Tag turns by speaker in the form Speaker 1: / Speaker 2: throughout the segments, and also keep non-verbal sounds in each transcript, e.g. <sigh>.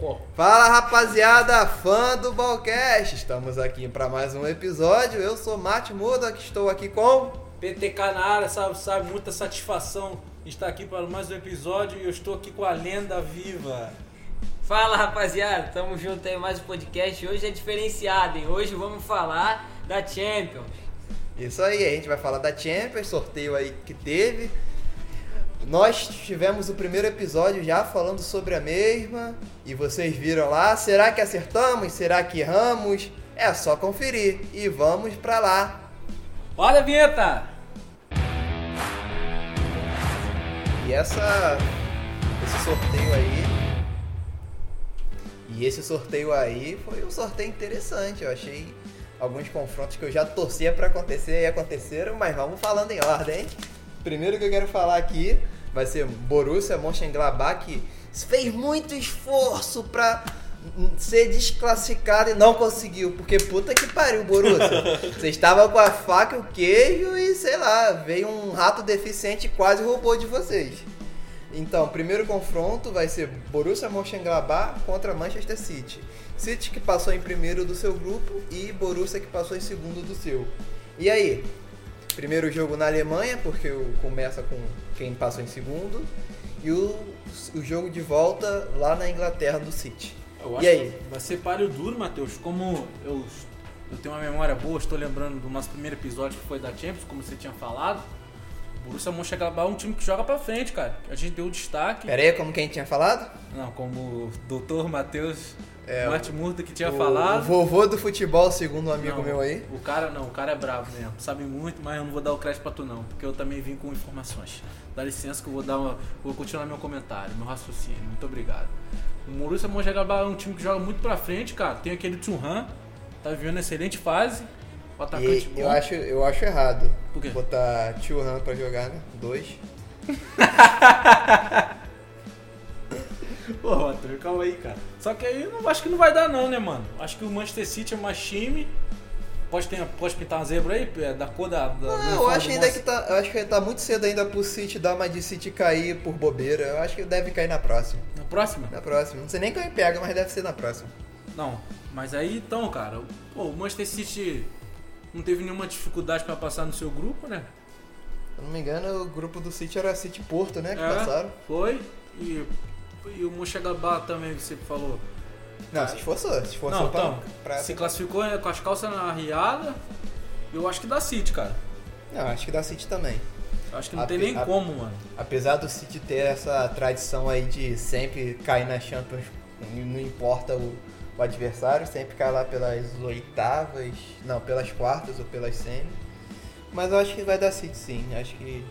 Speaker 1: Pô.
Speaker 2: Fala rapaziada, fã do Balcast! Estamos aqui para mais um episódio. Eu sou Mate Muda, que estou aqui com.
Speaker 1: PTK na área, sabe, sabe, muita satisfação estar aqui para mais um episódio e eu estou aqui com a lenda viva.
Speaker 3: Fala rapaziada, tamo junto aí mais um podcast. Hoje é diferenciado, hein? Hoje vamos falar da Champions.
Speaker 2: Isso aí, a gente vai falar da Champions, sorteio aí que teve. Nós tivemos o primeiro episódio já falando sobre a mesma e vocês viram lá. Será que acertamos? Será que erramos? É só conferir e vamos pra lá.
Speaker 1: Olha a vinheta!
Speaker 2: E essa esse sorteio aí e esse sorteio aí foi um sorteio interessante. Eu achei alguns confrontos que eu já torcia pra acontecer e aconteceram, mas vamos falando em ordem. hein? Primeiro que eu quero falar aqui vai ser Borussia Mönchengladbach que fez muito esforço pra n- ser desclassificado e não conseguiu, porque puta que pariu, Borussia. Você estava com a faca e o queijo e sei lá, veio um rato deficiente e quase roubou de vocês. Então, primeiro confronto vai ser Borussia Mönchengladbach contra Manchester City. City que passou em primeiro do seu grupo e Borussia que passou em segundo do seu. E aí? Primeiro jogo na Alemanha, porque o- começa com quem passou em segundo. E o, o jogo de volta lá na Inglaterra do City.
Speaker 1: Eu
Speaker 2: E aí?
Speaker 1: que Vai ser páreo duro, Matheus. Como eu, eu tenho uma memória boa, estou lembrando do nosso primeiro episódio que foi da Champions, como você tinha falado. O Borussia Mönchengladbach é um time que joga pra frente, cara. A gente deu o destaque.
Speaker 2: Pera aí, como quem tinha falado?
Speaker 1: Não, como o doutor Matheus
Speaker 2: É,
Speaker 1: Mate Murta que tinha
Speaker 2: o,
Speaker 1: falado.
Speaker 2: O vovô do futebol, segundo um amigo
Speaker 1: Não,
Speaker 2: meu aí.
Speaker 1: O cara não, o cara é bravo mesmo. Sabe muito, mas eu não vou dar o crédito pra tu não, porque eu também vim com informações. Dá licença que eu vou dar uma, vou continuar meu comentário, meu raciocínio. Muito obrigado. O Borussia Mönchengladbach é um time que joga muito pra frente, cara. Tem aquele Tchunhan, tá vivendo excelente fase. O atacante
Speaker 2: E
Speaker 1: bom.
Speaker 2: eu acho, eu acho errado
Speaker 1: Por quê?
Speaker 2: botar Tio Han pra jogar, né? Dois.
Speaker 1: Pô, Arthur, calma aí, cara. Só que aí eu não, acho que não vai dar não, né, mano? Acho que o Manchester City é mais time. Pode, ter, pode pintar uma zebra aí, é, da cor da... da do
Speaker 2: Não, eu
Speaker 1: uniforme
Speaker 2: acho
Speaker 1: do
Speaker 2: ainda
Speaker 1: Mon-
Speaker 2: que tá. Eu acho que tá muito cedo ainda pro City dar uma de City cair por bobeira. Eu acho que deve cair na próxima.
Speaker 1: Na próxima?
Speaker 2: Na próxima. Não sei nem quem pega, mas deve ser na próxima.
Speaker 1: Não, mas aí então, cara, o- pô, o Manchester City não teve nenhuma dificuldade pra passar no seu grupo, né?
Speaker 2: Se eu não me engano, o grupo do City era City Porto, né? Que
Speaker 1: É.
Speaker 2: passaram.
Speaker 1: Foi. E, e o Mönchengladbach também, que você falou.
Speaker 2: Não, se esforçou. Se esforçou
Speaker 1: É. não,
Speaker 2: pra,
Speaker 1: então,
Speaker 2: pra-
Speaker 1: se classificou né, com as calças na riada. Eu acho que dá City, cara.
Speaker 2: Não, acho que da City também.
Speaker 1: Eu acho que não
Speaker 2: A
Speaker 1: tem
Speaker 2: pe-
Speaker 1: nem
Speaker 2: a-
Speaker 1: como, mano.
Speaker 2: Apesar do City ter essa tradição aí de sempre cair na Champions, não importa o, o adversário, sempre cai lá pelas oitavas, não, pelas quartas ou pelas semi. Mas eu acho que vai dar City sim, acho que.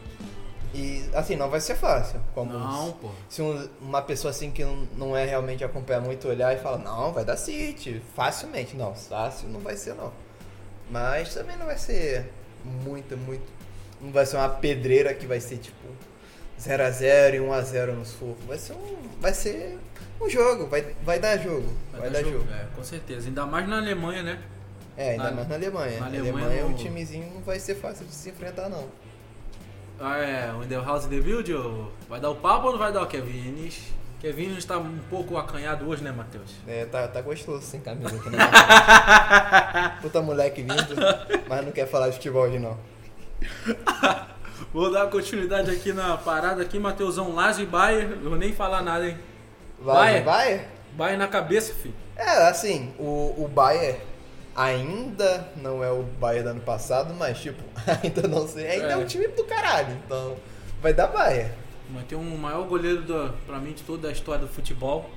Speaker 2: E assim, não vai ser fácil. Como
Speaker 1: Não, pô.
Speaker 2: Se um- uma pessoa assim que não- não é realmente acompanhar muito olhar e fala, não, vai dar City, facilmente. Não, fácil não vai ser não. Mas também não vai ser muito, muito. Não vai ser uma pedreira que vai ser tipo 0x0 e 1x0 no suco. Vai ser um. Vai ser um jogo, vai, vai dar jogo. Vai, dar, jogo.
Speaker 1: É, com certeza. Ainda mais na Alemanha, né?
Speaker 2: É, ainda
Speaker 1: Na-
Speaker 2: mais na Alemanha.
Speaker 1: na
Speaker 2: Na
Speaker 1: Alemanha
Speaker 2: Alemanha, é um
Speaker 1: não-
Speaker 2: timezinho não vai ser fácil de se enfrentar, não.
Speaker 1: Ah, é, o In The House in The Build, ô, vai dar o papo ou não vai dar o Kevinis? Kevinis tá um pouco acanhado hoje, né, Matheus?
Speaker 2: É, tá, tá gostoso sem camisa <laughs> também. Puta moleque lindo, mas não quer falar de futebol hoje não.
Speaker 1: Vou dar continuidade aqui na parada aqui, Matheusão, Lazio e Bayer. Eu vou nem falar nada, hein?
Speaker 2: Vai,
Speaker 1: Bayern?
Speaker 2: vai?
Speaker 1: Bayer na cabeça, filho.
Speaker 2: É, assim, o, o Bayern ainda não é o Bayern do ano passado, mas, tipo, <laughs> ainda não sei. Ainda é,
Speaker 1: É.
Speaker 2: um time do caralho, então vai dar Bayern.
Speaker 1: Mas tem um maior goleiro da, pra mim de toda a história do futebol.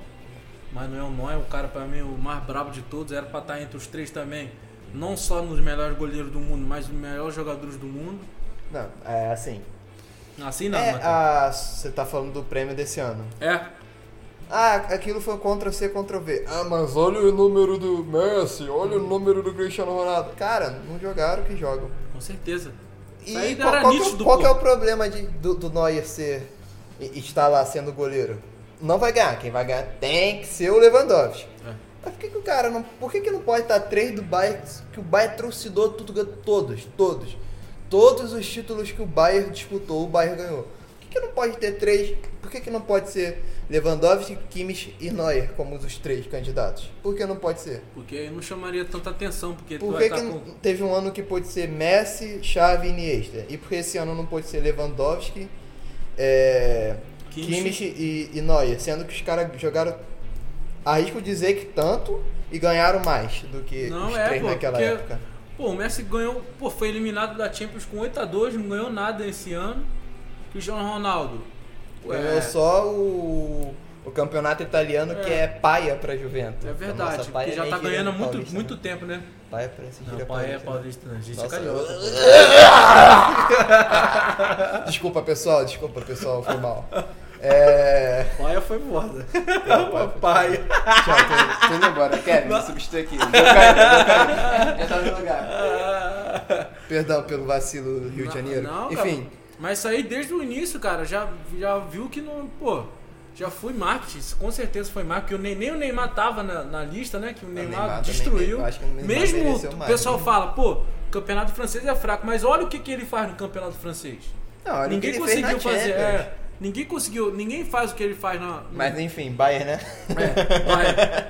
Speaker 1: Manuel Neuer, o cara pra mim é o mais brabo de todos. Era pra estar entre os três também. Não só nos melhores goleiros do mundo, mas nos melhores jogadores do mundo.
Speaker 2: Não, é assim.
Speaker 1: Assim não,
Speaker 2: é,
Speaker 1: Matheus.
Speaker 2: a, você tá falando do prêmio desse ano.
Speaker 1: É.
Speaker 2: Ah, aquilo foi Ctrl C, Ctrl V. Ah, mas olha o número do Messi, olha o número do Cristiano Ronaldo. Cara, não jogaram o que jogam.
Speaker 1: com certeza. Isso
Speaker 2: E
Speaker 1: aí
Speaker 2: qual,
Speaker 1: era
Speaker 2: qual que é o-
Speaker 1: nítido,
Speaker 2: qual
Speaker 1: pô.
Speaker 2: que é o problema de, do, do Neuer ser, e- estar lá sendo goleiro? Não vai ganhar. Quem vai ganhar tem que ser o Lewandowski.
Speaker 1: É.
Speaker 2: Mas por que, que o cara não. Por que, que não pode estar três do Bayern que o Bayern trucidou tudo, todos, todos. Todos os títulos que o Bayern disputou, o Bayern ganhou. Por que, que não pode ter três? Por que, que não pode ser Lewandowski, Kimmich e Neuer como os três candidatos? Por que não pode ser?
Speaker 1: Porque aí não chamaria tanta atenção, porque tu
Speaker 2: Por
Speaker 1: vai
Speaker 2: que,
Speaker 1: estar
Speaker 2: que
Speaker 1: com.
Speaker 2: não- teve um ano que pôde ser Messi, Xavi e Iniesta? E por que esse ano não pôde ser Lewandowski, é,
Speaker 1: Kimmich.
Speaker 2: Kimmich, e, e Neuer? Sendo que os caras jogaram, arrisco dizer que tanto, e ganharam mais do que
Speaker 1: Não,
Speaker 2: os
Speaker 1: é,
Speaker 2: três
Speaker 1: pô,
Speaker 2: naquela
Speaker 1: porque-
Speaker 2: época.
Speaker 1: Pô, o Messi ganhou, pô, foi eliminado da Champions com 8x2, não ganhou nada esse ano. Cristiano Ronaldo. pô, é-
Speaker 2: Ganhou só o, o campeonato italiano que
Speaker 1: É.
Speaker 2: é paia pra Juventus.
Speaker 1: É
Speaker 2: Nossa,
Speaker 1: verdade,
Speaker 2: paia
Speaker 1: porque já
Speaker 2: nem
Speaker 1: tá
Speaker 2: gira
Speaker 1: ganhando há
Speaker 2: no
Speaker 1: muito,
Speaker 2: Paulista,
Speaker 1: muito
Speaker 2: né?
Speaker 1: tempo, né?
Speaker 2: Paia pra se
Speaker 1: Não,
Speaker 2: gira
Speaker 1: pai é
Speaker 2: paulista.
Speaker 1: paulista,
Speaker 2: né?
Speaker 1: não, gente, é
Speaker 2: Nossa,
Speaker 1: carioca.
Speaker 2: eu- Desculpa, pessoal, desculpa, pessoal, foi mal. É.
Speaker 1: Paia foi borda.
Speaker 2: Papai. Tchau, tô, tô indo embora. Kevin, me substitui aqui. Meu cara, Já tá no lugar. Perdão pelo vacilo do Rio de Janeiro.
Speaker 1: Não, cara,
Speaker 2: Enfim,
Speaker 1: mas isso aí desde o início, cara, já, já viu que não. Pô, já foi marketing, isso com certeza foi marketing. que o Nem, nem o Neymar tava na, na lista, né? Que o Neymar,
Speaker 2: Neymar também,
Speaker 1: destruiu.
Speaker 2: eu acho que o Neymar
Speaker 1: Mesmo
Speaker 2: mereceu
Speaker 1: o
Speaker 2: mais,
Speaker 1: pessoal
Speaker 2: né?
Speaker 1: fala, pô, o campeonato francês é fraco, mas olha o que, que ele faz no campeonato francês.
Speaker 2: não, olha o que
Speaker 1: ninguém
Speaker 2: ele
Speaker 1: conseguiu
Speaker 2: fez na
Speaker 1: fazer.
Speaker 2: Champions.
Speaker 1: é, ninguém conseguiu, ninguém faz o que ele faz na.
Speaker 2: Mas enfim, Bayern, né?
Speaker 1: É,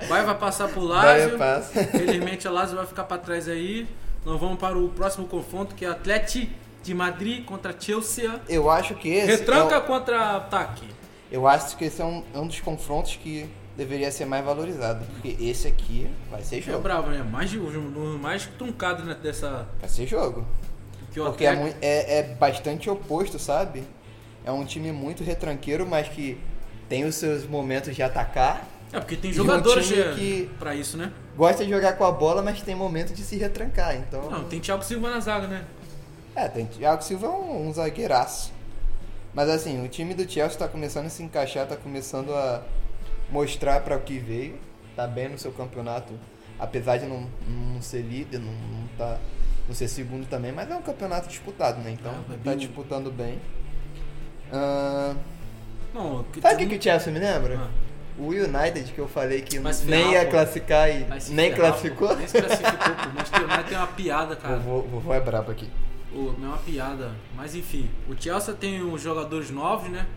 Speaker 1: vai, vai, vai passar pro
Speaker 2: Bayern
Speaker 1: Lazio.
Speaker 2: passa.
Speaker 1: Infelizmente a Lazio vai ficar pra trás aí. Nós vamos para o próximo confronto que é Atlético de Madrid contra Chelsea.
Speaker 2: Eu acho que esse.
Speaker 1: Retranca
Speaker 2: é o-
Speaker 1: contra ataque.
Speaker 2: eu acho que esse é um, é um dos confrontos que deveria ser mais valorizado. Porque esse aqui vai ser
Speaker 1: É
Speaker 2: jogo.
Speaker 1: bravo, né? Mais, de- um- mais truncado né? dessa.
Speaker 2: Vai ser jogo.
Speaker 1: Que o
Speaker 2: Porque é,
Speaker 1: Atlético-
Speaker 2: mui- é- é bastante oposto, sabe? É um time muito retranqueiro, mas que tem os seus momentos de atacar.
Speaker 1: É, porque tem
Speaker 2: e um
Speaker 1: jogadores
Speaker 2: time
Speaker 1: é,
Speaker 2: que-
Speaker 1: pra isso, né?
Speaker 2: Gosta de jogar com a bola, mas tem momento de se retrancar. Então.
Speaker 1: Não, tem Thiago Silva na zaga, né?
Speaker 2: É, tem Thiago Silva é um, um zagueiraço. Mas assim, o time do Chelsea tá começando a se encaixar, tá começando a mostrar pra o que veio. Tá bem no seu campeonato, apesar de não, não ser líder, não, não tá não ser segundo também, mas é um campeonato disputado, né? Então,
Speaker 1: Ah,
Speaker 2: tá
Speaker 1: bem.
Speaker 2: disputando bem. Ah,
Speaker 1: Não, que-
Speaker 2: sabe o que, que o Chelsea me lembra?
Speaker 1: Ah.
Speaker 2: O United que eu falei que
Speaker 1: Vai se
Speaker 2: nem
Speaker 1: ferrar,
Speaker 2: ia
Speaker 1: pô.
Speaker 2: classificar e
Speaker 1: Vai se
Speaker 2: nem
Speaker 1: ferrar,
Speaker 2: classificou.
Speaker 1: pô. Nem se classificou, pô. Manchester United tem uma piada, cara.
Speaker 2: Vovô, vovô é brabo aqui.
Speaker 1: O- É uma piada. Mas enfim, o Chelsea tem uns jogadores novos, né?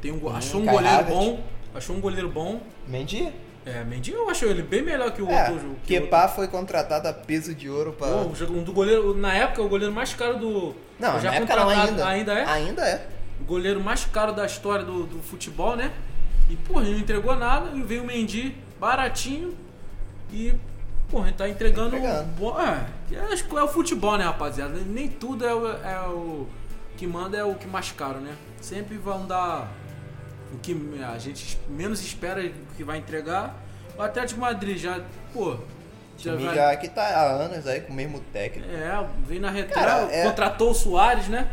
Speaker 1: Tem um, go- achou um
Speaker 2: Kai
Speaker 1: goleiro
Speaker 2: Havertz.
Speaker 1: bom. Achou um goleiro bom.
Speaker 2: Mendy?
Speaker 1: É, Mendy eu acho ele bem melhor que o
Speaker 2: É,
Speaker 1: outro. que o outro.
Speaker 2: Kepa foi contratado a peso de ouro pra.
Speaker 1: Pô, o jogo- um do goleiro, na época, o goleiro mais caro do.
Speaker 2: não,
Speaker 1: já
Speaker 2: na época não
Speaker 1: contratado-
Speaker 2: ainda.
Speaker 1: Ainda é?
Speaker 2: Ainda é.
Speaker 1: O goleiro mais caro da história do, do futebol, né? E, porra, ele não entregou nada. E veio o Mendy, baratinho. E, porra, ele tá entregando.
Speaker 2: Entregando.
Speaker 1: bo- É, é, acho que é o futebol, né, rapaziada? Nem tudo é, o- é o que manda, é o que mais caro, né? Sempre vão dar o que a gente menos espera que vai entregar. O Atlético de Madrid já, pô. Já
Speaker 2: Time
Speaker 1: vai-
Speaker 2: já que tá há anos aí com o mesmo técnico.
Speaker 1: É, vem na retrô,
Speaker 2: Cara, é-
Speaker 1: contratou o Soares, né?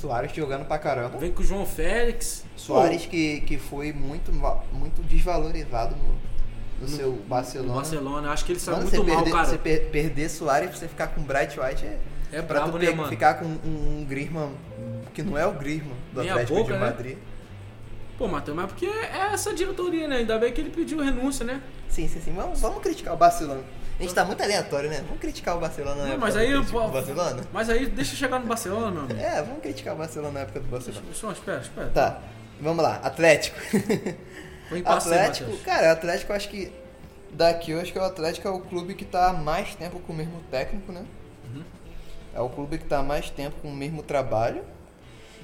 Speaker 2: Soares jogando pra caramba.
Speaker 1: Vem com o João Félix.
Speaker 2: Soares que, que foi muito, va- muito desvalorizado no, no seu
Speaker 1: Pô,
Speaker 2: Barcelona.
Speaker 1: o Barcelona, acho que ele saiu
Speaker 2: Mano,
Speaker 1: muito
Speaker 2: você
Speaker 1: mal,
Speaker 2: perder,
Speaker 1: cara.
Speaker 2: você per- perder Soares pra você ficar com Bright White é.
Speaker 1: É
Speaker 2: pra
Speaker 1: brabo,
Speaker 2: tu
Speaker 1: né,
Speaker 2: ter-
Speaker 1: mano?
Speaker 2: ficar com um, um Griezmann que não é o Griezmann do
Speaker 1: Meia
Speaker 2: Atlético
Speaker 1: boca,
Speaker 2: de
Speaker 1: né?
Speaker 2: Madrid.
Speaker 1: Pô, Matheus, mas porque é essa diretoria, né? Ainda bem que ele pediu renúncia, né?
Speaker 2: Sim, sim, sim. Vamos, vamos criticar o Barcelona. A gente tá muito aleatório, né? Vamos criticar o Barcelona na
Speaker 1: Não,
Speaker 2: época
Speaker 1: mas
Speaker 2: do
Speaker 1: aí,
Speaker 2: Atlético-
Speaker 1: pô,
Speaker 2: do Barcelona?
Speaker 1: mas aí deixa eu chegar no Barcelona, meu amigo.
Speaker 2: É, vamos criticar o Barcelona na época do Barcelona.
Speaker 1: Só, espera, espera.
Speaker 2: Tá, vamos lá. Atlético. <laughs>
Speaker 1: Vem passar,
Speaker 2: Atlético,
Speaker 1: Matheus.
Speaker 2: cara, o Atlético eu acho que daqui eu acho que o Atlético é o clube que tá há mais tempo com o mesmo técnico, né? É o clube que tá há mais tempo com o mesmo trabalho.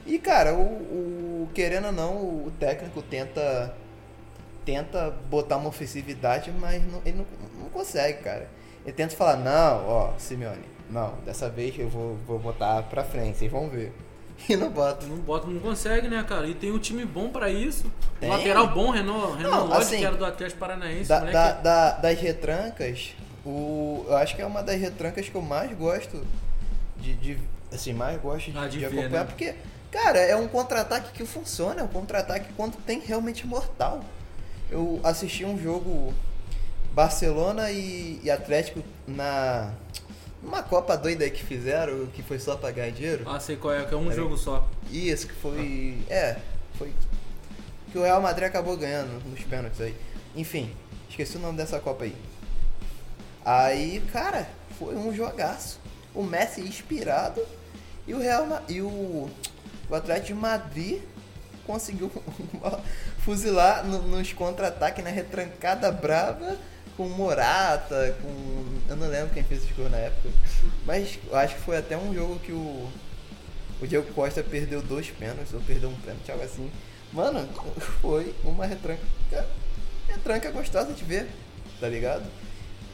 Speaker 2: E cara, o, o- querendo ou não, o técnico tenta tenta botar uma ofensividade, mas não- ele não, não consegue, cara. Ele tenta falar, não, ó, Simeone, não, dessa vez eu vou, vou botar pra frente, vocês vão ver. <laughs> E não bota.
Speaker 1: Não bota, não consegue, né, cara? E tem um time bom pra isso.
Speaker 2: Tem.
Speaker 1: Lateral bom, Renan, Renan
Speaker 2: Não,
Speaker 1: Lodge,
Speaker 2: assim,
Speaker 1: que era do Atlético Paranaense,
Speaker 2: Da-
Speaker 1: moleque.
Speaker 2: da- da- das retrancas, o, eu acho que é uma das retrancas que eu mais gosto de, de- assim, mais gosto de,
Speaker 1: Ah, de
Speaker 2: de
Speaker 1: ver,
Speaker 2: acompanhar,
Speaker 1: né?
Speaker 2: porque, cara, é um contra-ataque que funciona, é um contra-ataque quando tem realmente mortal. Eu assisti um jogo Barcelona e, e Atlético na uma Copa doida aí que fizeram, que foi só pra ganhar dinheiro.
Speaker 1: Ah, sei qual é, que é um jogo só.
Speaker 2: Isso, que foi. É, foi. Que o Real Madrid acabou ganhando nos pênaltis aí. Enfim, esqueci o nome dessa Copa aí. Aí, cara, foi um jogaço. O Messi inspirado e o Real Ma- e o, o Atlético de Madrid conseguiu <laughs> fuzilar no- nos contra-ataques na retrancada brava com Morata, com. Eu não lembro quem fez os gols na época. Mas eu acho que foi até um jogo que o. O Diego Costa perdeu dois pênaltis, ou perdeu um pênalti, algo assim. Mano, <laughs> foi uma retranca. Retranca gostosa de ver, tá ligado?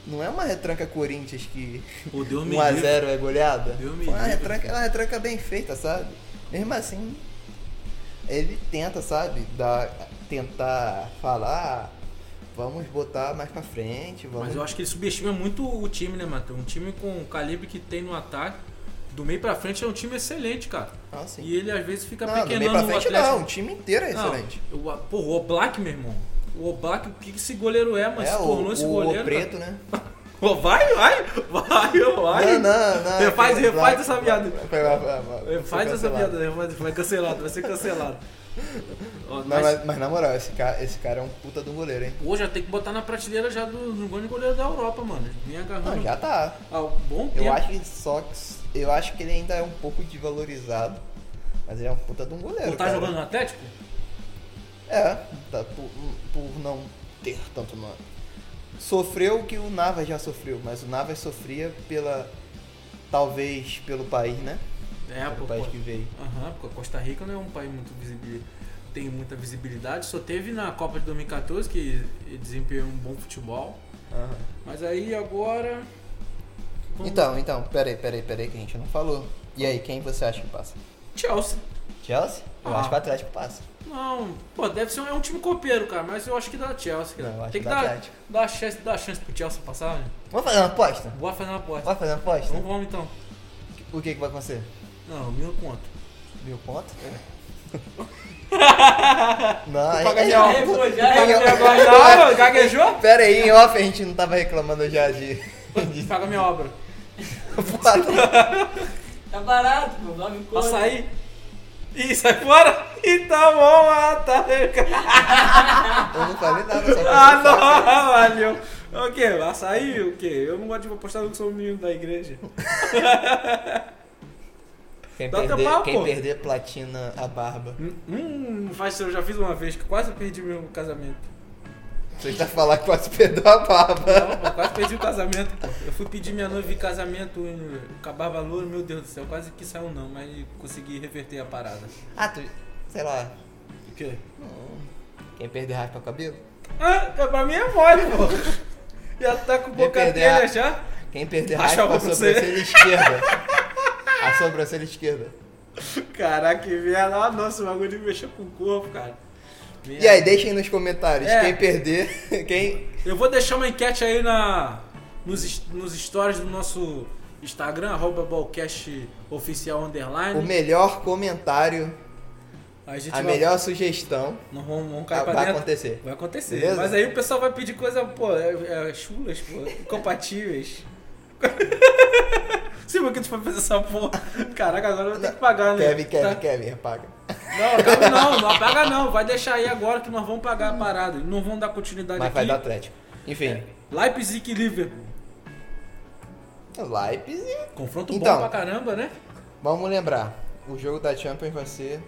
Speaker 2: Não é uma retranca Corinthians que
Speaker 1: Pô, Deus me livre.
Speaker 2: 1x0 é goleada.
Speaker 1: Deus me
Speaker 2: Foi uma
Speaker 1: livre.
Speaker 2: retranca, é uma retranca bem feita, sabe? Mesmo assim, ele tenta, sabe? Dar, tentar falar, vamos botar mais pra frente, vamos.
Speaker 1: Mas eu acho que ele subestima muito o time, né, Matheus? Um time com o calibre que tem no ataque, do meio pra frente é um time excelente, cara.
Speaker 2: Ah, sim.
Speaker 1: E ele às vezes fica
Speaker 2: não, do meio
Speaker 1: pequenando
Speaker 2: pra
Speaker 1: o
Speaker 2: frente
Speaker 1: Atlético.
Speaker 2: não, o time inteiro é
Speaker 1: Não,
Speaker 2: excelente.
Speaker 1: o- Pô, o Oblak, meu irmão. O Oblak, o que que esse goleiro é, mas
Speaker 2: é,
Speaker 1: se tornou
Speaker 2: o,
Speaker 1: esse
Speaker 2: o,
Speaker 1: goleiro.
Speaker 2: o preto, né?
Speaker 1: Ô, vai, vai, vai, ô, vai.
Speaker 2: Não, não, é não.
Speaker 1: Refaz,
Speaker 2: aquele
Speaker 1: refaz
Speaker 2: lá-
Speaker 1: essa piada.
Speaker 2: Vai, vai, vai, vai, vai
Speaker 1: Faz
Speaker 2: ser
Speaker 1: essa
Speaker 2: cancelado.
Speaker 1: piada, né? vai, vai cancelado, vai ser cancelado.
Speaker 2: <laughs>
Speaker 1: Ó,
Speaker 2: Não,
Speaker 1: mas,
Speaker 2: mas, mas na moral, esse cara, esse cara é um puta do goleiro, hein?
Speaker 1: Pô, já tem que botar na prateleira já do, do grande goleiro da Europa, mano. Ele Vem agarrando
Speaker 2: Não, já tá.
Speaker 1: há um bom tempo.
Speaker 2: Eu acho que só que. Eu acho que ele ainda é um pouco desvalorizado. Mas ele é um puta de um goleiro.
Speaker 1: Pô, tá
Speaker 2: cara.
Speaker 1: jogando no Atlético?
Speaker 2: É, tá, por, por não ter tanto nome. Sofreu o que o Navas já sofreu, mas o Navas sofria pela. Talvez pelo país, né?
Speaker 1: É,
Speaker 2: pelo
Speaker 1: pô.
Speaker 2: país
Speaker 1: pô.
Speaker 2: que veio.
Speaker 1: Aham, porque a Costa Rica não é um país muito visível, tem muita visibilidade. Só teve na Copa de 2014 que ele desempenhou um bom futebol.
Speaker 2: Aham.
Speaker 1: Mas aí agora. vamos-
Speaker 2: Então, então, peraí, peraí, peraí, que a gente não falou. E aí, quem você acha que passa?
Speaker 1: Chelsea.
Speaker 2: Chelsea? Eu
Speaker 1: Ah.
Speaker 2: acho que o Atlético passa.
Speaker 1: Não, pô, deve ser um, é um time copeiro, cara, mas eu acho que dá Chelsea, cara.
Speaker 2: Não, eu acho
Speaker 1: tem
Speaker 2: que
Speaker 1: que
Speaker 2: dá
Speaker 1: dar,
Speaker 2: Atlético.
Speaker 1: dar chance, dar chance pro Chelsea passar, né?
Speaker 2: Vamos fazer uma aposta?
Speaker 1: Bora fazer uma aposta.
Speaker 2: Vamos fazer uma aposta?
Speaker 1: Então vamos então.
Speaker 2: O que, que vai acontecer?
Speaker 1: Não, mil conto.
Speaker 2: Mil pontos?
Speaker 1: É.
Speaker 2: <laughs>
Speaker 1: <laughs>
Speaker 2: Não, é um- aí-
Speaker 1: Paga
Speaker 2: aí-
Speaker 1: real.
Speaker 2: aí-
Speaker 3: Pô, já
Speaker 2: aí-
Speaker 1: Paga minha
Speaker 2: <laughs>
Speaker 1: obra. Não, gaguejou?
Speaker 2: um- Pera aí, em off a gente não tava reclamando já de. <laughs>
Speaker 1: Paga minha obra.
Speaker 3: Tá barato, pô. Nove conto.
Speaker 1: Açaí?
Speaker 2: né?
Speaker 1: Ih, sai fora! E tá bom, ah, tá.
Speaker 2: Eu não falei nada, só
Speaker 1: Ah,
Speaker 2: falei só.
Speaker 1: não, valeu. O que? Açaí? O que? Eu não gosto de apostar no que sou um menino da igreja.
Speaker 2: Quem,
Speaker 1: Dá teu
Speaker 2: perder,
Speaker 1: pau,
Speaker 2: assim, quem
Speaker 1: pô.
Speaker 2: perder platina a barba.
Speaker 1: Hum, não faz isso, eu já fiz uma vez, que quase perdi meu casamento.
Speaker 2: Você tá falando que pode perder a barba.
Speaker 1: Não, pô, quase perdi o casamento, pô. Eu fui pedir minha noiva em casamento em Cabar Valor, meu Deus do céu, quase que saiu não, mas consegui reverter a parada.
Speaker 2: Ah, tu. Sei lá.
Speaker 1: O quê?
Speaker 2: não. Quem perder raspa o cabelo?
Speaker 1: Ah, é pra mim é mole, pô. Já tá com
Speaker 2: Vem
Speaker 1: boca
Speaker 2: perder
Speaker 1: telha
Speaker 2: é a-
Speaker 1: já?
Speaker 2: Quem perder
Speaker 1: Raspa
Speaker 2: raspa a
Speaker 1: você.
Speaker 2: sobrancelha esquerda. A sobrancelha esquerda.
Speaker 1: Caraca, que merda. Ah, nossa, o bagulho mexeu com o corpo, cara. Merda.
Speaker 2: E aí, deixem nos comentários.
Speaker 1: É.
Speaker 2: Quem perder, <laughs> quem.
Speaker 1: Eu vou deixar uma enquete aí na, nos, his- nos stories do nosso Instagram, arroba Ballcast Oficial
Speaker 2: O
Speaker 1: Underline.
Speaker 2: melhor comentário,
Speaker 1: A gente
Speaker 2: a
Speaker 1: vai-
Speaker 2: melhor sugestão.
Speaker 1: Não vamos, vamos cair
Speaker 2: Vai
Speaker 1: pra dentro.
Speaker 2: acontecer.
Speaker 1: Vai acontecer.
Speaker 2: Beleza?
Speaker 1: Mas aí o pessoal vai pedir coisa, pô, é, é, chulas, pô, incompatíveis. <laughs> Se que tu vai fazer essa porra. Caraca, agora vai ter que pagar, né?
Speaker 2: Kevin, Kevin,
Speaker 1: Tá?
Speaker 2: Kevin, apaga.
Speaker 1: Não, Kevin não, não apaga não. Vai deixar aí agora que nós vamos pagar a parada. Não vamos dar continuidade
Speaker 2: Mas
Speaker 1: aqui.
Speaker 2: vai dar Atlético. Enfim,
Speaker 1: Leipzig e Liverpool. É.
Speaker 2: Leipzig.
Speaker 1: Confronto
Speaker 2: Então.
Speaker 1: bom pra caramba, né?
Speaker 2: Vamos lembrar, o jogo da Champions vai ser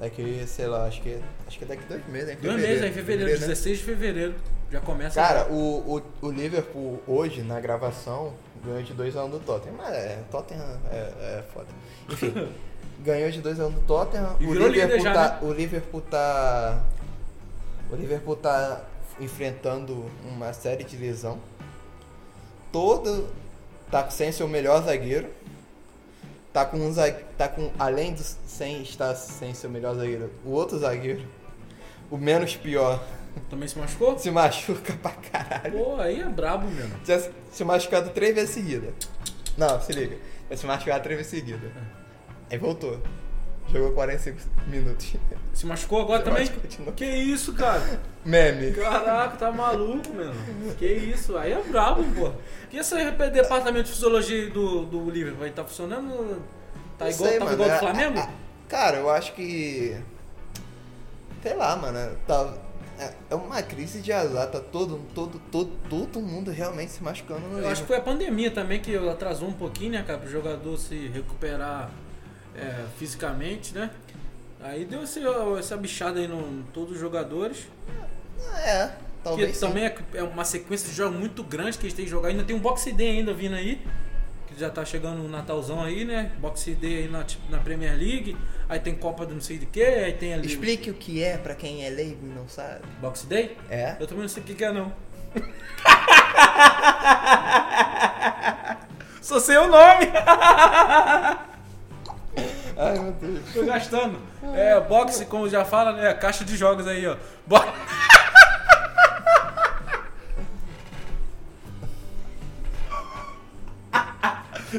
Speaker 2: daqui, sei lá, acho que acho que é daqui dois meses, né?
Speaker 1: Dois meses aí, em fevereiro, né? 16 de fevereiro. Já começa.
Speaker 2: Cara, o, o, o Liverpool hoje, na gravação, ganhou de 2x1 do Tottenham. Mas é, Tottenham é, é foda. Enfim,
Speaker 1: <laughs>
Speaker 2: ganhou de 2x1 do Tottenham.
Speaker 1: E
Speaker 2: O
Speaker 1: virou líder
Speaker 2: Liverpool,
Speaker 1: já, né?
Speaker 2: tá, o Liverpool tá... O Liverpool tá enfrentando uma série de lesão. Todo tá sem seu melhor zagueiro. Tá com um zagueiro, tá com além do sem estar sem seu melhor zagueiro, o outro zagueiro, o menos pior, <laughs>
Speaker 1: Também se machucou?
Speaker 2: se machuca pra caralho.
Speaker 1: Pô, aí é brabo mesmo.
Speaker 2: Tinha se machucado três vezes seguida. Não, se liga. Tinha se machucado três vezes seguida. Aí voltou. Jogou 45 minutos. <laughs>
Speaker 1: Se machucou agora também?
Speaker 2: Mas continua.
Speaker 1: Que isso, cara?
Speaker 2: Meme.
Speaker 1: Caraca, tá maluco, mano. Que isso, aí é brabo, pô. E esse RP departamento de fisiologia do, do Liverpool aí tá funcionando? Tá
Speaker 2: Não
Speaker 1: igual,
Speaker 2: sei,
Speaker 1: tava
Speaker 2: mano. é,
Speaker 1: igual do
Speaker 2: A-
Speaker 1: Flamengo?
Speaker 2: a- cara, eu acho que. Sei lá, mano. Tá, é- é uma crise de azar. Tá todo, todo, todo, todo mundo realmente se machucando no
Speaker 1: Eu acho
Speaker 2: livro.
Speaker 1: que foi a pandemia também que atrasou um pouquinho, né, cara? Pro jogador se recuperar é, fisicamente, né? Aí deu esse- essa bichada aí no- em todos os jogadores.
Speaker 2: É,
Speaker 1: Que
Speaker 2: talvez sim.
Speaker 1: também é- é uma sequência de jogos muito grande que eles têm que jogar. Ainda tem um Boxe Day ainda vindo aí. Que já tá chegando o Natalzão aí, né? Boxe Day aí na, na Premier League. Aí tem Copa do não sei de que, aí tem ali.
Speaker 2: Explique o que é pra quem é leigo e não sabe.
Speaker 1: Boxe Day?
Speaker 2: É?
Speaker 1: Eu também não sei o que que é não. Só sei o nome!
Speaker 2: Ai, meu Deus.
Speaker 1: Tô gastando. É, boxe, como já fala, né? Caixa de jogos aí, ó. Bo... <laughs>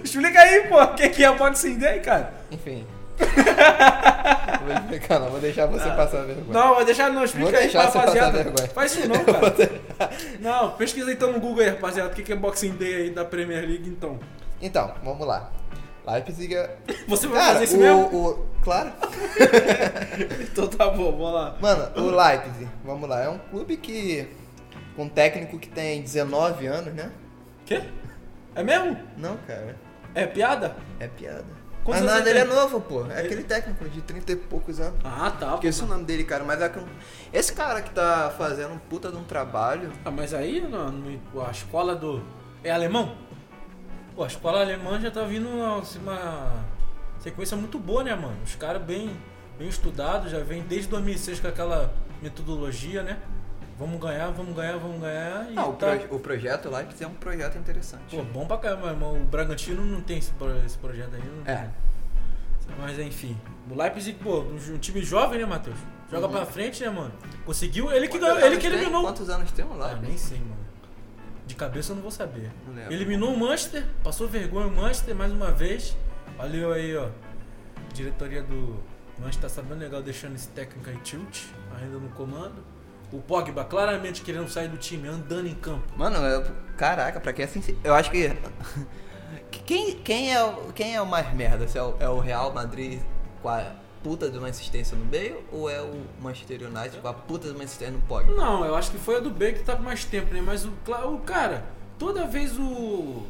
Speaker 1: Explica aí, pô, o que, que é boxe day, cara? <laughs>
Speaker 2: Enfim. Não vou explicar, não. Vou deixar você passar a <laughs> vergonha.
Speaker 1: Ah. Não, vai deixar, não, explica
Speaker 2: Vou
Speaker 1: aí pra
Speaker 2: deixar você passar
Speaker 1: rapaziada.
Speaker 2: vergonha.
Speaker 1: Faz isso não, cara.
Speaker 2: <laughs>
Speaker 1: Não, pesquisa então no Google aí, rapaziada, o que, que é Boxing Day aí da Premier League, então.
Speaker 2: Então, vamos lá. Leipzig é...
Speaker 1: Você vai
Speaker 2: Cara,
Speaker 1: fazer isso
Speaker 2: o,
Speaker 1: mesmo?
Speaker 2: o- Claro.
Speaker 1: Então tá bom, vamos lá.
Speaker 2: Mano, o Leipzig, vamos lá. É um clube que... Com um técnico que tem 19 anos, né?
Speaker 1: Quê? É mesmo?
Speaker 2: Não, cara.
Speaker 1: É piada?
Speaker 2: É piada.
Speaker 1: Quantos
Speaker 2: Mas
Speaker 1: anos
Speaker 2: nada,
Speaker 1: ele
Speaker 2: ele é
Speaker 1: tem?
Speaker 2: novo, pô. É aquele técnico de 30 e poucos anos.
Speaker 1: Ah, tá. pô.
Speaker 2: Esqueci o nome dele, cara, mas é que... Esse cara que tá fazendo um puta de um trabalho...
Speaker 1: Ah, mas aí na- no- a escola do. É alemão? Pô, a escola alemã já tá vindo uma, assim, uma sequência muito boa, né, mano? Os caras bem, bem estudados, já vem desde 2006 com aquela metodologia, né? Vamos ganhar, vamos ganhar, vamos ganhar. E
Speaker 2: Ah, o,
Speaker 1: tá...
Speaker 2: proje- o projeto Leipzig é um projeto interessante.
Speaker 1: Pô, bom pra caramba, irmão. O Bragantino não tem esse, pro- esse projeto aí. Não
Speaker 2: É.
Speaker 1: Mas enfim. O Leipzig, pô, um jo- um time jovem, né, Matheus? Joga
Speaker 2: Uhum.
Speaker 1: pra frente, né, mano? Conseguiu. Ele que
Speaker 2: Quantos
Speaker 1: ganhou, ele
Speaker 2: anos
Speaker 1: que
Speaker 2: tem?
Speaker 1: eliminou.
Speaker 2: Quantos anos tem o
Speaker 1: Ah,
Speaker 2: Leipzig?
Speaker 1: nem sei, mano. De cabeça eu não vou saber.
Speaker 2: Não lembro.
Speaker 1: Eliminou o Manchester, passou vergonha o Manchester mais uma vez. Valeu aí, ó. Diretoria do Manchester tá sabendo legal deixando esse técnico aí tilt, ainda no comando. O Pogba claramente querendo sair do time, andando em campo.
Speaker 2: Mano, eu, caraca, pra quem é sincero, eu acho que. <laughs> Quem, quem, é, o- quem é o mais merda? Se é, o, é o Real Madrid com a puta de uma insistência no meio ou é o Manchester United com a puta de uma insistência no Pogba?
Speaker 1: Não, eu acho que foi a do B que tá com mais tempo, né? Mas o, cla- o cara, toda vez o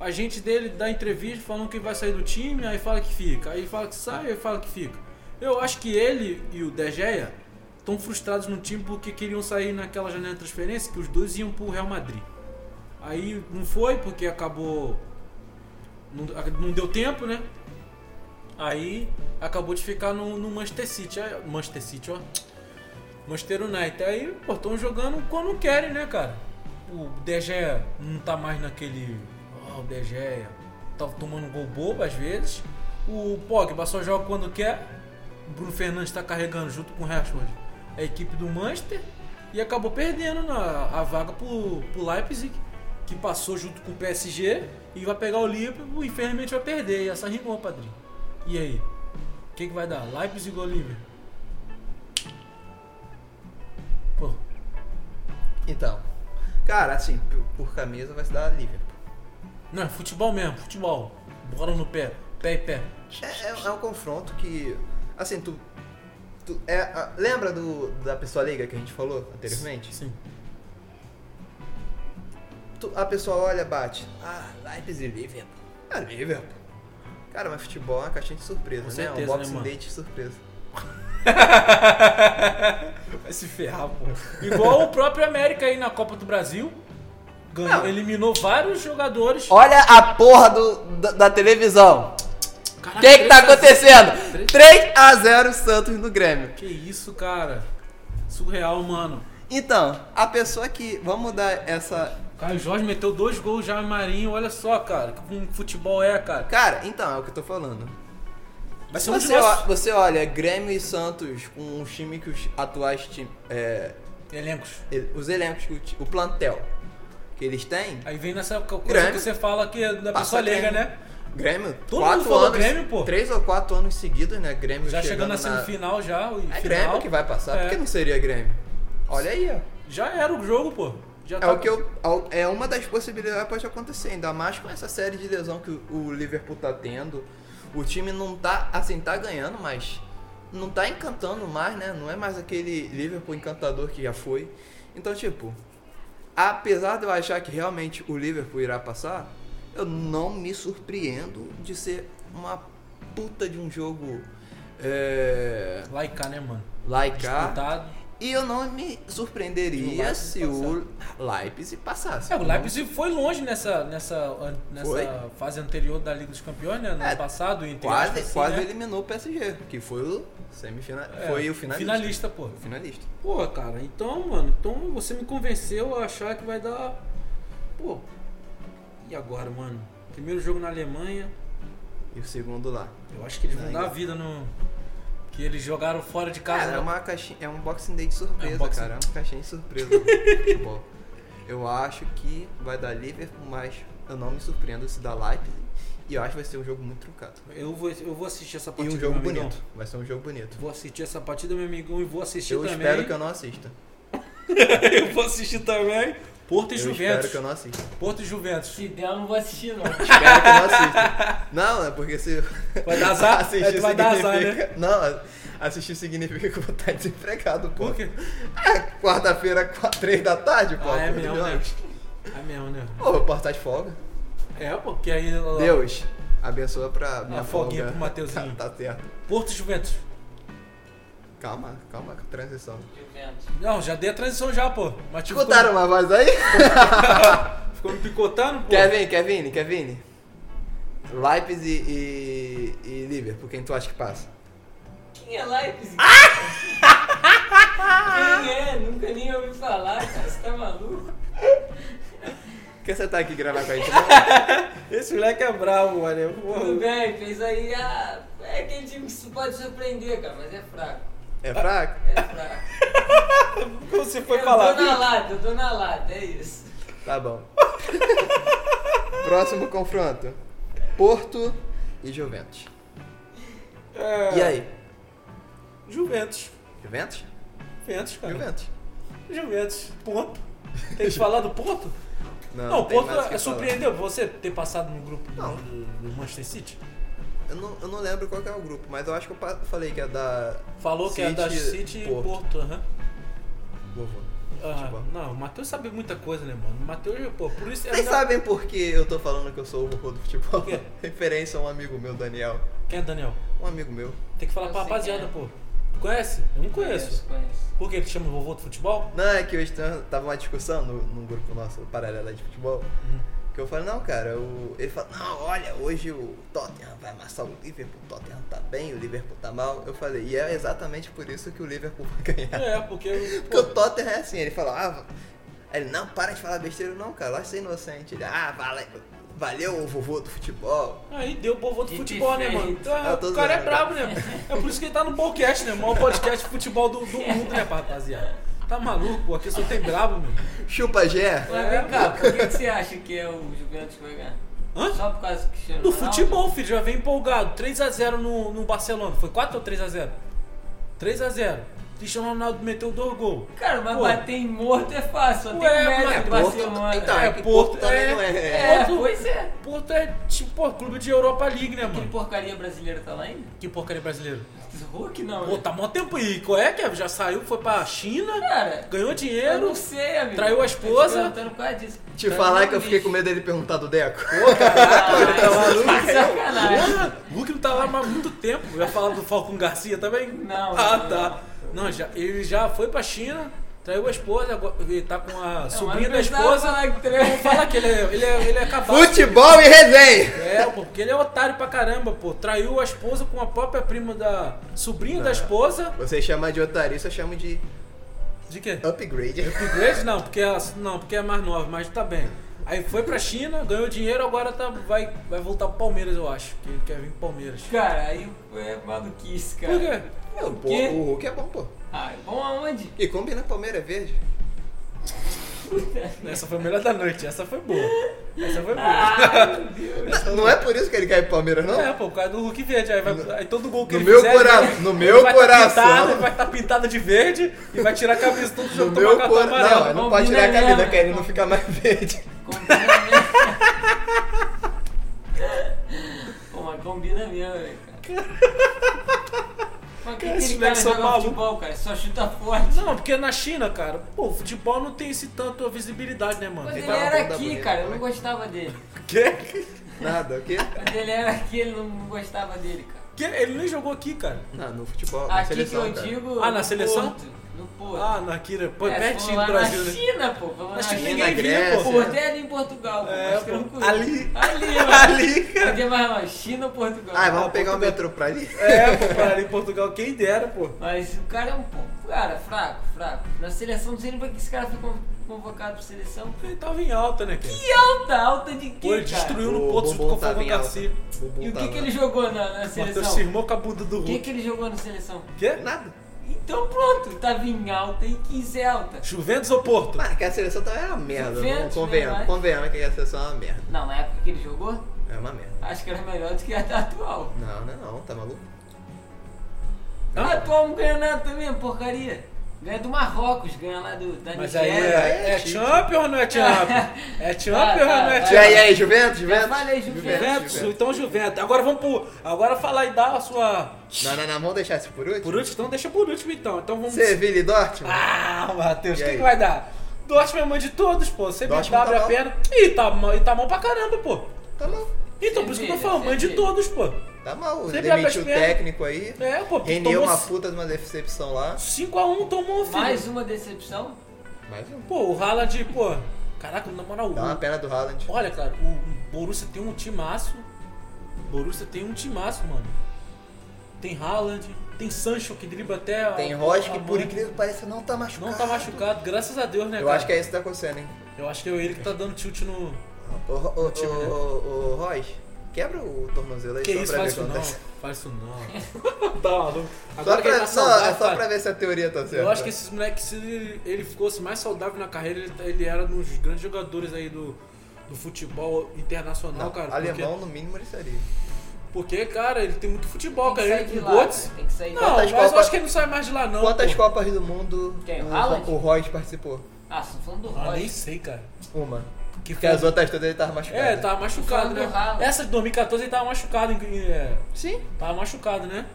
Speaker 1: o agente dele dá entrevista falando que vai sair do time, aí fala que fica, aí fala que sai, aí fala que fica. Eu acho que ele e o De Gea estão frustrados no time porque queriam sair naquela janela de transferência que os dois iam pro Real Madrid. Aí não foi porque acabou. Não, não deu tempo, né? Aí acabou de ficar no, no Manchester City. Aí- Manchester City, ó. Manchester United. Aí, pô, estão jogando quando querem, né, cara? O De Gea não tá mais naquele. Ó, o De Gea tá tomando gol bobo às vezes. O Pogba só joga quando quer. O Bruno Fernandes tá carregando junto com o Rashford a equipe do Manchester. E acabou perdendo na, a vaga pro, pro Leipzig, que passou junto com o PSG. E vai pegar o Liverpool, infelizmente vai perder. E essa rimou, padrinho. E aí? O que, que vai dar? Leipzig ou Liverpool? Pô,
Speaker 2: Então, cara, assim, por, por camisa vai se dar Liverpool.
Speaker 1: Não, é futebol mesmo, futebol. Bola no pé, pé e pé.
Speaker 2: É, é- é um confronto que. Assim, tu. tu- é, a- lembra do, da pessoa leiga que a gente falou anteriormente? <laughs>
Speaker 1: Sim.
Speaker 2: Tu- a pessoa olha, bate. Ah, Leipzig e Liverpool. Ah, Liverpool. Cara, mas futebol é uma caixinha de surpresa,
Speaker 1: Com
Speaker 2: né?
Speaker 1: certeza,
Speaker 2: um
Speaker 1: né,
Speaker 2: boxing
Speaker 1: mano?
Speaker 2: date de surpresa.
Speaker 1: Vai se ferrar, pô. Igual o próprio América aí na Copa do Brasil. Ganhou,
Speaker 2: Não.
Speaker 1: eliminou vários jogadores.
Speaker 2: Olha a porra do, da, da televisão. O
Speaker 1: Caraca,
Speaker 2: que, que
Speaker 1: 3
Speaker 2: tá
Speaker 1: a 0.
Speaker 2: acontecendo?
Speaker 1: Três-
Speaker 2: 3 a 0 Santos no Grêmio.
Speaker 1: Que isso, cara. Surreal, mano.
Speaker 2: Então, a pessoa que. Vamos dar essa.
Speaker 1: Caio Jorge meteu dois gols já no Marinho. Olha só, cara. Como futebol é, cara.
Speaker 2: Cara, então, é o que eu tô falando.
Speaker 1: Vai ser um
Speaker 2: Você,
Speaker 1: desgosto.
Speaker 2: ó- você olha Grêmio e Santos com um time que os atuais time, é,
Speaker 1: Elencos.
Speaker 2: e- os elencos, que o, ti- o plantel que eles têm.
Speaker 1: Aí vem nessa coisa
Speaker 2: Grêmio.
Speaker 1: que você fala que é da
Speaker 2: Passa
Speaker 1: pessoa leiga,
Speaker 2: Grêmio.
Speaker 1: né?
Speaker 2: Grêmio,
Speaker 1: Todo
Speaker 2: quatro
Speaker 1: mundo falou
Speaker 2: anos,
Speaker 1: Grêmio, pô.
Speaker 2: Três ou quatro anos seguidos, né? Grêmio
Speaker 1: Já chegando na
Speaker 2: na-
Speaker 1: semifinal já. e
Speaker 2: É
Speaker 1: final.
Speaker 2: Grêmio que vai passar,
Speaker 1: É.
Speaker 2: por que não seria Grêmio? Olha aí, ó.
Speaker 1: Já era o jogo, pô. Já tá
Speaker 2: É, o que eu, ao- é uma das possibilidades que pode acontecer, ainda mais com essa série de lesão que o, o Liverpool tá tendo. O time não tá, assim, tá ganhando, mas não tá encantando mais, né? Não é mais aquele Liverpool encantador que já foi. Então, tipo, apesar de eu achar que realmente o Liverpool irá passar, eu não me surpreendo de ser uma puta de um jogo É,
Speaker 1: Laicar, né, mano?
Speaker 2: Laika.
Speaker 1: Disputado.
Speaker 2: E eu não me
Speaker 1: E o
Speaker 2: surpreenderia
Speaker 1: Leipzig
Speaker 2: se o Leipzig passasse.
Speaker 1: É, o Leipzig foi longe nessa, nessa, an- nessa
Speaker 2: Foi.
Speaker 1: fase anterior da Liga dos Campeões, né? No
Speaker 2: É,
Speaker 1: ano passado, entre
Speaker 2: Quase,
Speaker 1: aspas, assim,
Speaker 2: quase
Speaker 1: né?
Speaker 2: eliminou o PSG, que foi o semifinal,
Speaker 1: É,
Speaker 2: foi o finalista.
Speaker 1: Finalista, pô.
Speaker 2: O finalista.
Speaker 1: Pô, cara, então, mano, então você me convenceu a achar que vai dar. Pô. E agora, mano? Primeiro jogo na Alemanha,
Speaker 2: E o segundo lá.
Speaker 1: eu acho que eles vão
Speaker 2: Ainda.
Speaker 1: dar a vida no. Que eles jogaram fora de casa.
Speaker 2: Cara, é
Speaker 1: né?
Speaker 2: uma caixinha, é um boxing day de surpresa,
Speaker 1: É um boxing-
Speaker 2: cara. É uma caixinha de surpresa no futebol. Eu acho que vai dar Liverpool, mas eu não me surpreendo se dá Leipzig. E eu acho que vai ser um jogo muito trucado.
Speaker 1: eu, vou, eu vou assistir essa
Speaker 2: E
Speaker 1: partida.
Speaker 2: um jogo
Speaker 1: meu amigão.
Speaker 2: bonito. Vai ser um jogo bonito.
Speaker 1: Vou assistir essa partida, meu amigão, e vou assistir
Speaker 2: Eu
Speaker 1: também.
Speaker 2: espero que eu não assista.
Speaker 1: eu vou assistir também. Porto e
Speaker 2: Eu espero
Speaker 1: Juventus.
Speaker 2: que eu não assista.
Speaker 1: Porto e Juventus.
Speaker 3: Se der, eu não vou assistir, não.
Speaker 2: Espero que eu não
Speaker 1: <laughs>
Speaker 2: assista. Não, é porque se.
Speaker 1: Vai dar azar?
Speaker 2: <laughs> assistir
Speaker 1: É, tu vai dar azar,
Speaker 2: significa- Não, assistir significa que eu vou estar desempregado, pô.
Speaker 1: Por quê?
Speaker 2: É quarta-feira, 3 da tarde, pô.
Speaker 1: Ah, é
Speaker 2: pô,
Speaker 1: mesmo,
Speaker 2: Deus.
Speaker 1: né? É mesmo, né?
Speaker 2: Pô, eu posso estar de folga.
Speaker 1: É, porque aí. ó,
Speaker 2: Deus, abençoa pra minha
Speaker 1: Uma folguinha
Speaker 2: folga.
Speaker 1: pro Mateuzinho.
Speaker 2: <laughs> Tá, tá certo.
Speaker 1: Porto e Juventus.
Speaker 2: Calma, calma com a transição.
Speaker 3: Juventus.
Speaker 1: Não, já dei a transição já, pô. Mas tipo,
Speaker 2: Escutaram uma voz aí?
Speaker 1: Ficou me picotando, pô.
Speaker 2: Kevin, Kevin, Kevin. Leipzig e, e, e Liverpool, quem tu acha que passa?
Speaker 3: Quem é Leipzig?
Speaker 1: Ah!
Speaker 3: <laughs> Quem é? Nunca nem ouvi falar, cara. Você tá maluco?
Speaker 2: Por que você tá aqui gravar com
Speaker 1: <laughs>
Speaker 2: a gente? não?
Speaker 1: Esse moleque é bravo, mano.
Speaker 3: Tudo
Speaker 1: Pô,
Speaker 3: bem, fez aí a... É aquele time que isso pode surpreender, cara, mas é fraco.
Speaker 2: É fraco?
Speaker 3: É fraco.
Speaker 1: como você foi
Speaker 3: Eu
Speaker 1: falar?
Speaker 3: tô na lata, eu tô na lata, é isso.
Speaker 2: Tá bom. <laughs> Próximo confronto. Porto e Juventus.
Speaker 1: É,
Speaker 2: E aí?
Speaker 1: Juventus.
Speaker 2: Juventus?
Speaker 1: Juventus, cara.
Speaker 2: Juventus.
Speaker 1: Juventus. Ponto. Tem
Speaker 2: <laughs>
Speaker 1: que falar do Porto? Não,
Speaker 2: não
Speaker 1: o
Speaker 2: tem
Speaker 1: Porto
Speaker 2: mais o que
Speaker 1: é,
Speaker 2: falar.
Speaker 1: surpreendeu você ter passado no grupo do,
Speaker 2: Não.
Speaker 1: do- do Manchester City?
Speaker 2: Eu não, eu não lembro qual que é o grupo, mas eu acho que eu pa- falei que é da.
Speaker 1: Falou que é da City e
Speaker 2: Porto.
Speaker 1: Porto, Tipo, aham.
Speaker 2: Vovô.
Speaker 1: Aham.
Speaker 2: Futebol.
Speaker 1: Não, o Matheus sabe muita coisa, né, mano? O Matheus, pô, por isso... é
Speaker 2: Vocês
Speaker 1: da-
Speaker 2: sabem por que eu tô falando que eu sou o vovô do futebol?
Speaker 1: Por quê?
Speaker 2: <laughs> Referência a um amigo meu, Daniel.
Speaker 1: Quem é Daniel?
Speaker 2: Um amigo meu.
Speaker 1: Tem que falar
Speaker 3: Eu
Speaker 1: pra
Speaker 3: sei
Speaker 1: rapaziada,
Speaker 3: quem é.
Speaker 1: pô. Tu conhece? Eu não conheço.
Speaker 3: conheço.
Speaker 1: Por que ele chama o vovô do futebol?
Speaker 2: Não, é que hoje tem- tava uma discussão no, num grupo nosso, paralela de futebol.
Speaker 1: Uhum.
Speaker 2: Que eu falei, não, cara, o- ele fala, não, olha, hoje o Tottenham vai amassar o Liverpool, o Tottenham tá bem, o Liverpool tá mal. Eu falei, e é exatamente por isso que o Liverpool vai ganhar.
Speaker 1: É, porque.
Speaker 2: Porque
Speaker 3: <laughs>
Speaker 1: Pô,
Speaker 2: o Tottenham é assim, ele fala, ah, va- aí ele, não, para de falar besteira, não, cara, lá ser inocente. Ele, ah, vale, valeu o vovô do futebol.
Speaker 1: aí deu o vovô do
Speaker 3: Que
Speaker 1: futebol, né, mano?
Speaker 3: diferente.
Speaker 1: Então,
Speaker 2: Ah, tô
Speaker 1: o cara é
Speaker 2: zoando,
Speaker 1: brabo, né? É por isso que ele tá no podcast, né? O maior podcast de futebol do, do mundo, né, rapaziada? Tá maluco, pô? Aqui só tem brabo, meu.
Speaker 2: Chupa,
Speaker 1: É,
Speaker 2: Gé.
Speaker 3: Mas vem cá, por que que você acha que é o Juventus que vai ganhar?
Speaker 1: Hã?
Speaker 3: Só por causa do Cristiano
Speaker 1: Do
Speaker 3: Ronaldo?
Speaker 1: futebol, filho, já vem empolgado. 3x0 no, no Barcelona. Foi 4 ou 3x0? 3x0. Cristiano Ronaldo meteu dois gols.
Speaker 3: Cara, mas
Speaker 1: Pô.
Speaker 3: bater em morto é fácil, só
Speaker 1: Ué,
Speaker 3: tem o
Speaker 1: mas
Speaker 3: médico do Barcelona.
Speaker 2: então, é
Speaker 1: é
Speaker 2: que
Speaker 1: Porto,
Speaker 2: Porto também
Speaker 1: é-
Speaker 2: não é.
Speaker 3: É,
Speaker 1: Porto-
Speaker 3: pois é.
Speaker 1: Porto é tipo, pô, clube de Europa League, né,
Speaker 3: Aquele
Speaker 1: mano?
Speaker 3: porcaria brasileira tá lá ainda?
Speaker 1: Que porcaria brasileiro.
Speaker 3: Hulk não,
Speaker 1: Pô,
Speaker 3: né?
Speaker 1: tá mó tempo aí. Qual é, Kevin? Já saiu, foi pra China,
Speaker 3: Cara,
Speaker 1: ganhou
Speaker 3: eu
Speaker 1: dinheiro.
Speaker 3: não sei, amigo.
Speaker 1: Traiu a esposa.
Speaker 3: Eu tô te perguntando por causa disso.
Speaker 2: Te
Speaker 3: Tá
Speaker 2: falar
Speaker 3: no
Speaker 2: que eu fiquei
Speaker 3: lixo.
Speaker 2: com medo dele perguntar do Deco.
Speaker 1: <laughs>
Speaker 3: Ah, tá sacanagem.
Speaker 1: Porra, o Hulk não tá lá há muito tempo. Vai falar do Falcon Garcia também?
Speaker 3: Não,
Speaker 1: Ah,
Speaker 3: não,
Speaker 1: tá. Não, já, ele já foi pra China, traiu a esposa, agora- ele tá com a
Speaker 3: Não,
Speaker 1: sobrinha
Speaker 3: mas
Speaker 1: da
Speaker 3: não precisava
Speaker 1: esposa.
Speaker 3: falar que traiu.
Speaker 1: Fala que ele é, ele é, ele é cabaço.
Speaker 2: Futebol e resenha!
Speaker 1: É, pô, porque ele é otário pra caramba, pô. Traiu a esposa com a própria prima da. sobrinha
Speaker 2: É.
Speaker 1: da esposa.
Speaker 2: Você chama de otarista, eu chamo de
Speaker 1: De quê? <laughs>
Speaker 2: upgrade.
Speaker 1: Upgrade não, porque é, não, porque é mais nova, mas tá bem. Aí foi pra China, ganhou dinheiro, agora tá, vai, vai voltar pro Palmeiras, eu acho. Que ele quer vir pro Palmeiras.
Speaker 3: <laughs> Cara, aí é maluquice, cara.
Speaker 1: Por quê?
Speaker 2: Não, pô,
Speaker 3: quê?
Speaker 2: o Hulk é bom, pô.
Speaker 3: Ah, bom aonde?
Speaker 2: E combina com Palmeira Verde.
Speaker 1: Essa foi a melhor da noite, essa foi boa. Essa foi boa.
Speaker 3: Ah, meu Deus.
Speaker 2: Não, não é por isso que ele cai pro Palmeiras, não?
Speaker 1: É, pô, por causa do Hulk verde. Aí, vai, aí todo gol que
Speaker 2: No
Speaker 1: ele
Speaker 2: meu
Speaker 1: fizer, ele
Speaker 2: cora-
Speaker 1: vai-
Speaker 2: no
Speaker 1: ele
Speaker 2: meu
Speaker 1: vai
Speaker 2: coração.
Speaker 1: Tá pintado, ele vai estar tá pintado de verde e vai tirar a camisa todo
Speaker 2: No
Speaker 1: jogo, tomar
Speaker 2: meu
Speaker 1: cartão
Speaker 2: cor...
Speaker 1: amarelo.
Speaker 2: Não, ele não
Speaker 3: Combina
Speaker 2: pode tirar a camisa,
Speaker 3: mesmo.
Speaker 2: que aí ele não fica mais <laughs> verde.
Speaker 3: Combina mesmo. Pô, mas combina mesmo,
Speaker 1: né,
Speaker 3: velho, cara. Mas que
Speaker 1: esses
Speaker 3: aquele cara
Speaker 1: moleques são
Speaker 3: joga
Speaker 1: malucos.
Speaker 3: futebol, cara? Só chuta forte.
Speaker 1: Não, porque é na China, cara, pô, o futebol não tem esse tanto visibilidade, né, mano?
Speaker 3: Mas ele
Speaker 2: tava bom
Speaker 3: era
Speaker 2: da
Speaker 3: aqui,
Speaker 2: bonita
Speaker 3: cara. Eu não
Speaker 1: né?
Speaker 2: também.
Speaker 3: gostava dele.
Speaker 1: Que?
Speaker 2: Nada, o quê?
Speaker 3: Quando ele era aqui, ele não gostava dele, cara.
Speaker 1: Que? Ele nem jogou aqui, cara.
Speaker 2: Não, no futebol. na
Speaker 3: Aqui um
Speaker 2: seleção,
Speaker 3: que eu
Speaker 2: cara.
Speaker 3: digo.
Speaker 1: Ah, na
Speaker 3: no
Speaker 1: seleção?
Speaker 3: Porto, No Porto.
Speaker 1: Ah, na Kira. Pô,
Speaker 3: É,
Speaker 1: pertinho
Speaker 3: lá
Speaker 1: do Brasil,
Speaker 3: na
Speaker 1: né?
Speaker 3: China, pô. Vamos
Speaker 1: Mas
Speaker 3: na
Speaker 1: que
Speaker 2: China,
Speaker 1: ninguém
Speaker 2: Grécia.
Speaker 1: via,
Speaker 3: O
Speaker 1: pô.
Speaker 3: Porto é ali em Portugal, pô,
Speaker 1: É,
Speaker 3: mais
Speaker 1: pô.
Speaker 3: tranquilo.
Speaker 1: Ali. <laughs>
Speaker 3: Ali, mano.
Speaker 2: Ali,
Speaker 3: Não tem mais não. China ou Portugal?
Speaker 2: Ah, vamos pegar o metrô pra ali.
Speaker 1: É, pô, pra ali em Portugal, quem dera, pô.
Speaker 3: Mas o cara é um pouco. Cara, fraco, fraco. Na seleção, não sei nem pra que esse cara foi con- convocado pra seleção.
Speaker 1: Ele tava em alta, né, cara?
Speaker 3: Que alta, alta de quê?
Speaker 1: Pô, ele
Speaker 3: cara?
Speaker 1: destruiu
Speaker 2: O
Speaker 1: no ponto junto
Speaker 2: Bumbum
Speaker 1: com o
Speaker 2: tava
Speaker 1: Falcão
Speaker 2: em alta.
Speaker 1: Garcia.
Speaker 2: Bumbum
Speaker 3: E o que,
Speaker 2: tava-
Speaker 3: que ele jogou na, na
Speaker 1: Matheus
Speaker 3: seleção?
Speaker 1: se irmão com a bunda do
Speaker 3: O que,
Speaker 1: Hulk.
Speaker 3: que ele jogou na seleção?
Speaker 1: Quê?
Speaker 2: Nada.
Speaker 3: Então pronto, tava em alta e quis ser alta.
Speaker 1: Juventus ou Porto?
Speaker 2: Mano, que a seleção também era uma merda.
Speaker 3: Juventus,
Speaker 2: Vamos
Speaker 3: né,
Speaker 2: convenhamos,
Speaker 3: mas-
Speaker 2: convenhamos que a seleção é uma merda.
Speaker 3: Não, na época que ele jogou,
Speaker 2: É uma merda.
Speaker 3: acho que era melhor do que a da atual.
Speaker 2: Não, não, não, tá maluco?
Speaker 3: A atual não ganha nada também, é porcaria. Ganha do Marrocos, ganha lá do, da
Speaker 1: Mas aí
Speaker 3: Nigéria.
Speaker 1: é, é champion ou não é
Speaker 3: <laughs>
Speaker 1: champion? É champion ou não é
Speaker 3: Ah,
Speaker 2: E
Speaker 1: champion?
Speaker 2: aí, aí, Juventus, Juventus?
Speaker 3: falei, Juventus.
Speaker 1: Juventus, então Juventus. Agora vamos pro. Agora fala e dá a sua.
Speaker 2: Não, não, não, vamos deixar isso por último?
Speaker 1: Por último, então deixa por último então. Então vamos.
Speaker 2: Sevilla e Dortmund?
Speaker 1: Ah, Matheus,
Speaker 2: E
Speaker 1: o que,
Speaker 2: aí?
Speaker 1: que vai dar? Dortmund é mãe de todos, pô. CBW
Speaker 2: Dortmund tá
Speaker 1: a
Speaker 2: mal.
Speaker 1: pena. Ih, tá, mal- e tá mal pra caramba, pô.
Speaker 2: Tá mal.
Speaker 1: Então, por isso que eu tô
Speaker 3: Sevilha,
Speaker 1: falando, mãe de
Speaker 3: Sevilha.
Speaker 1: todos, pô.
Speaker 2: Tá mal.
Speaker 1: Sevilla
Speaker 2: Demitiu
Speaker 1: pras
Speaker 2: o
Speaker 1: pernas.
Speaker 2: técnico aí.
Speaker 1: É, pô,
Speaker 2: Rendeu
Speaker 1: tomou
Speaker 2: uma puta de uma decepção lá.
Speaker 1: 5x1, tomou, filho.
Speaker 3: Mais um. uma decepção.
Speaker 2: Mais um.
Speaker 1: Pô, o Haaland, pô. Caraca, na moral,
Speaker 2: Dá uma
Speaker 1: o-
Speaker 2: pena do Haaland.
Speaker 1: olha, cara, o Borussia tem um timaço. O Borussia tem um timaço, mano. Tem Haaland, tem Sancho que dribla até. a-
Speaker 2: Tem Rocha que,
Speaker 1: a
Speaker 2: por
Speaker 1: mão.
Speaker 2: incrível que pareça, não tá machucado.
Speaker 1: Não tá machucado, graças a Deus, né,
Speaker 2: Eu
Speaker 1: cara?
Speaker 2: acho que é isso que tá acontecendo, hein?
Speaker 1: Eu acho que é ele que tá dando tilt no.
Speaker 2: Ô, ô, ô,
Speaker 1: time, né?
Speaker 2: ô, ô, Roy, quebra o tornozelo aí
Speaker 1: Que
Speaker 2: só
Speaker 1: isso,
Speaker 2: pra ver
Speaker 1: faz
Speaker 2: o
Speaker 1: isso
Speaker 2: que
Speaker 1: não.
Speaker 2: acontece.
Speaker 1: Faz isso não. <laughs> tá maluco.
Speaker 2: Só
Speaker 1: que ele
Speaker 2: pra,
Speaker 1: tá
Speaker 2: só, é
Speaker 1: saudável,
Speaker 2: só
Speaker 1: cara,
Speaker 2: pra ver se a teoria tá certa.
Speaker 1: Eu acho que esses moleques, se ele, ele fosse mais saudável na carreira, ele, ele era um dos grandes jogadores aí do, do futebol internacional,
Speaker 2: Não,
Speaker 1: é cara.
Speaker 2: alemão, no mínimo, ele seria.
Speaker 1: Porque, porque, cara, ele tem muito futebol,
Speaker 3: Tem que
Speaker 1: cara.
Speaker 3: sair
Speaker 1: Ele
Speaker 3: de
Speaker 1: com
Speaker 3: lá. né?
Speaker 1: Götze.
Speaker 3: cara. Tem que sair de
Speaker 1: Não,
Speaker 3: lá.
Speaker 2: Quantas
Speaker 1: mas eu
Speaker 2: Copas-
Speaker 1: acho que ele não sai mais de lá, não.
Speaker 2: Quantas
Speaker 1: pô.
Speaker 2: Copas do Mundo
Speaker 3: Quem, o Haaland?
Speaker 2: o, o Royce participou?
Speaker 3: Ah, só falando do
Speaker 1: Ah, nem
Speaker 3: Rocha.
Speaker 1: sei, cara.
Speaker 2: Uma.
Speaker 1: Que
Speaker 2: Porque as outras todas ele tava machucado.
Speaker 1: É, tava machucado,
Speaker 3: Falando do
Speaker 1: né?
Speaker 3: Haaland.
Speaker 1: Essa de 2014 ele tava machucado. em- É,
Speaker 2: Sim.
Speaker 1: tava machucado, né?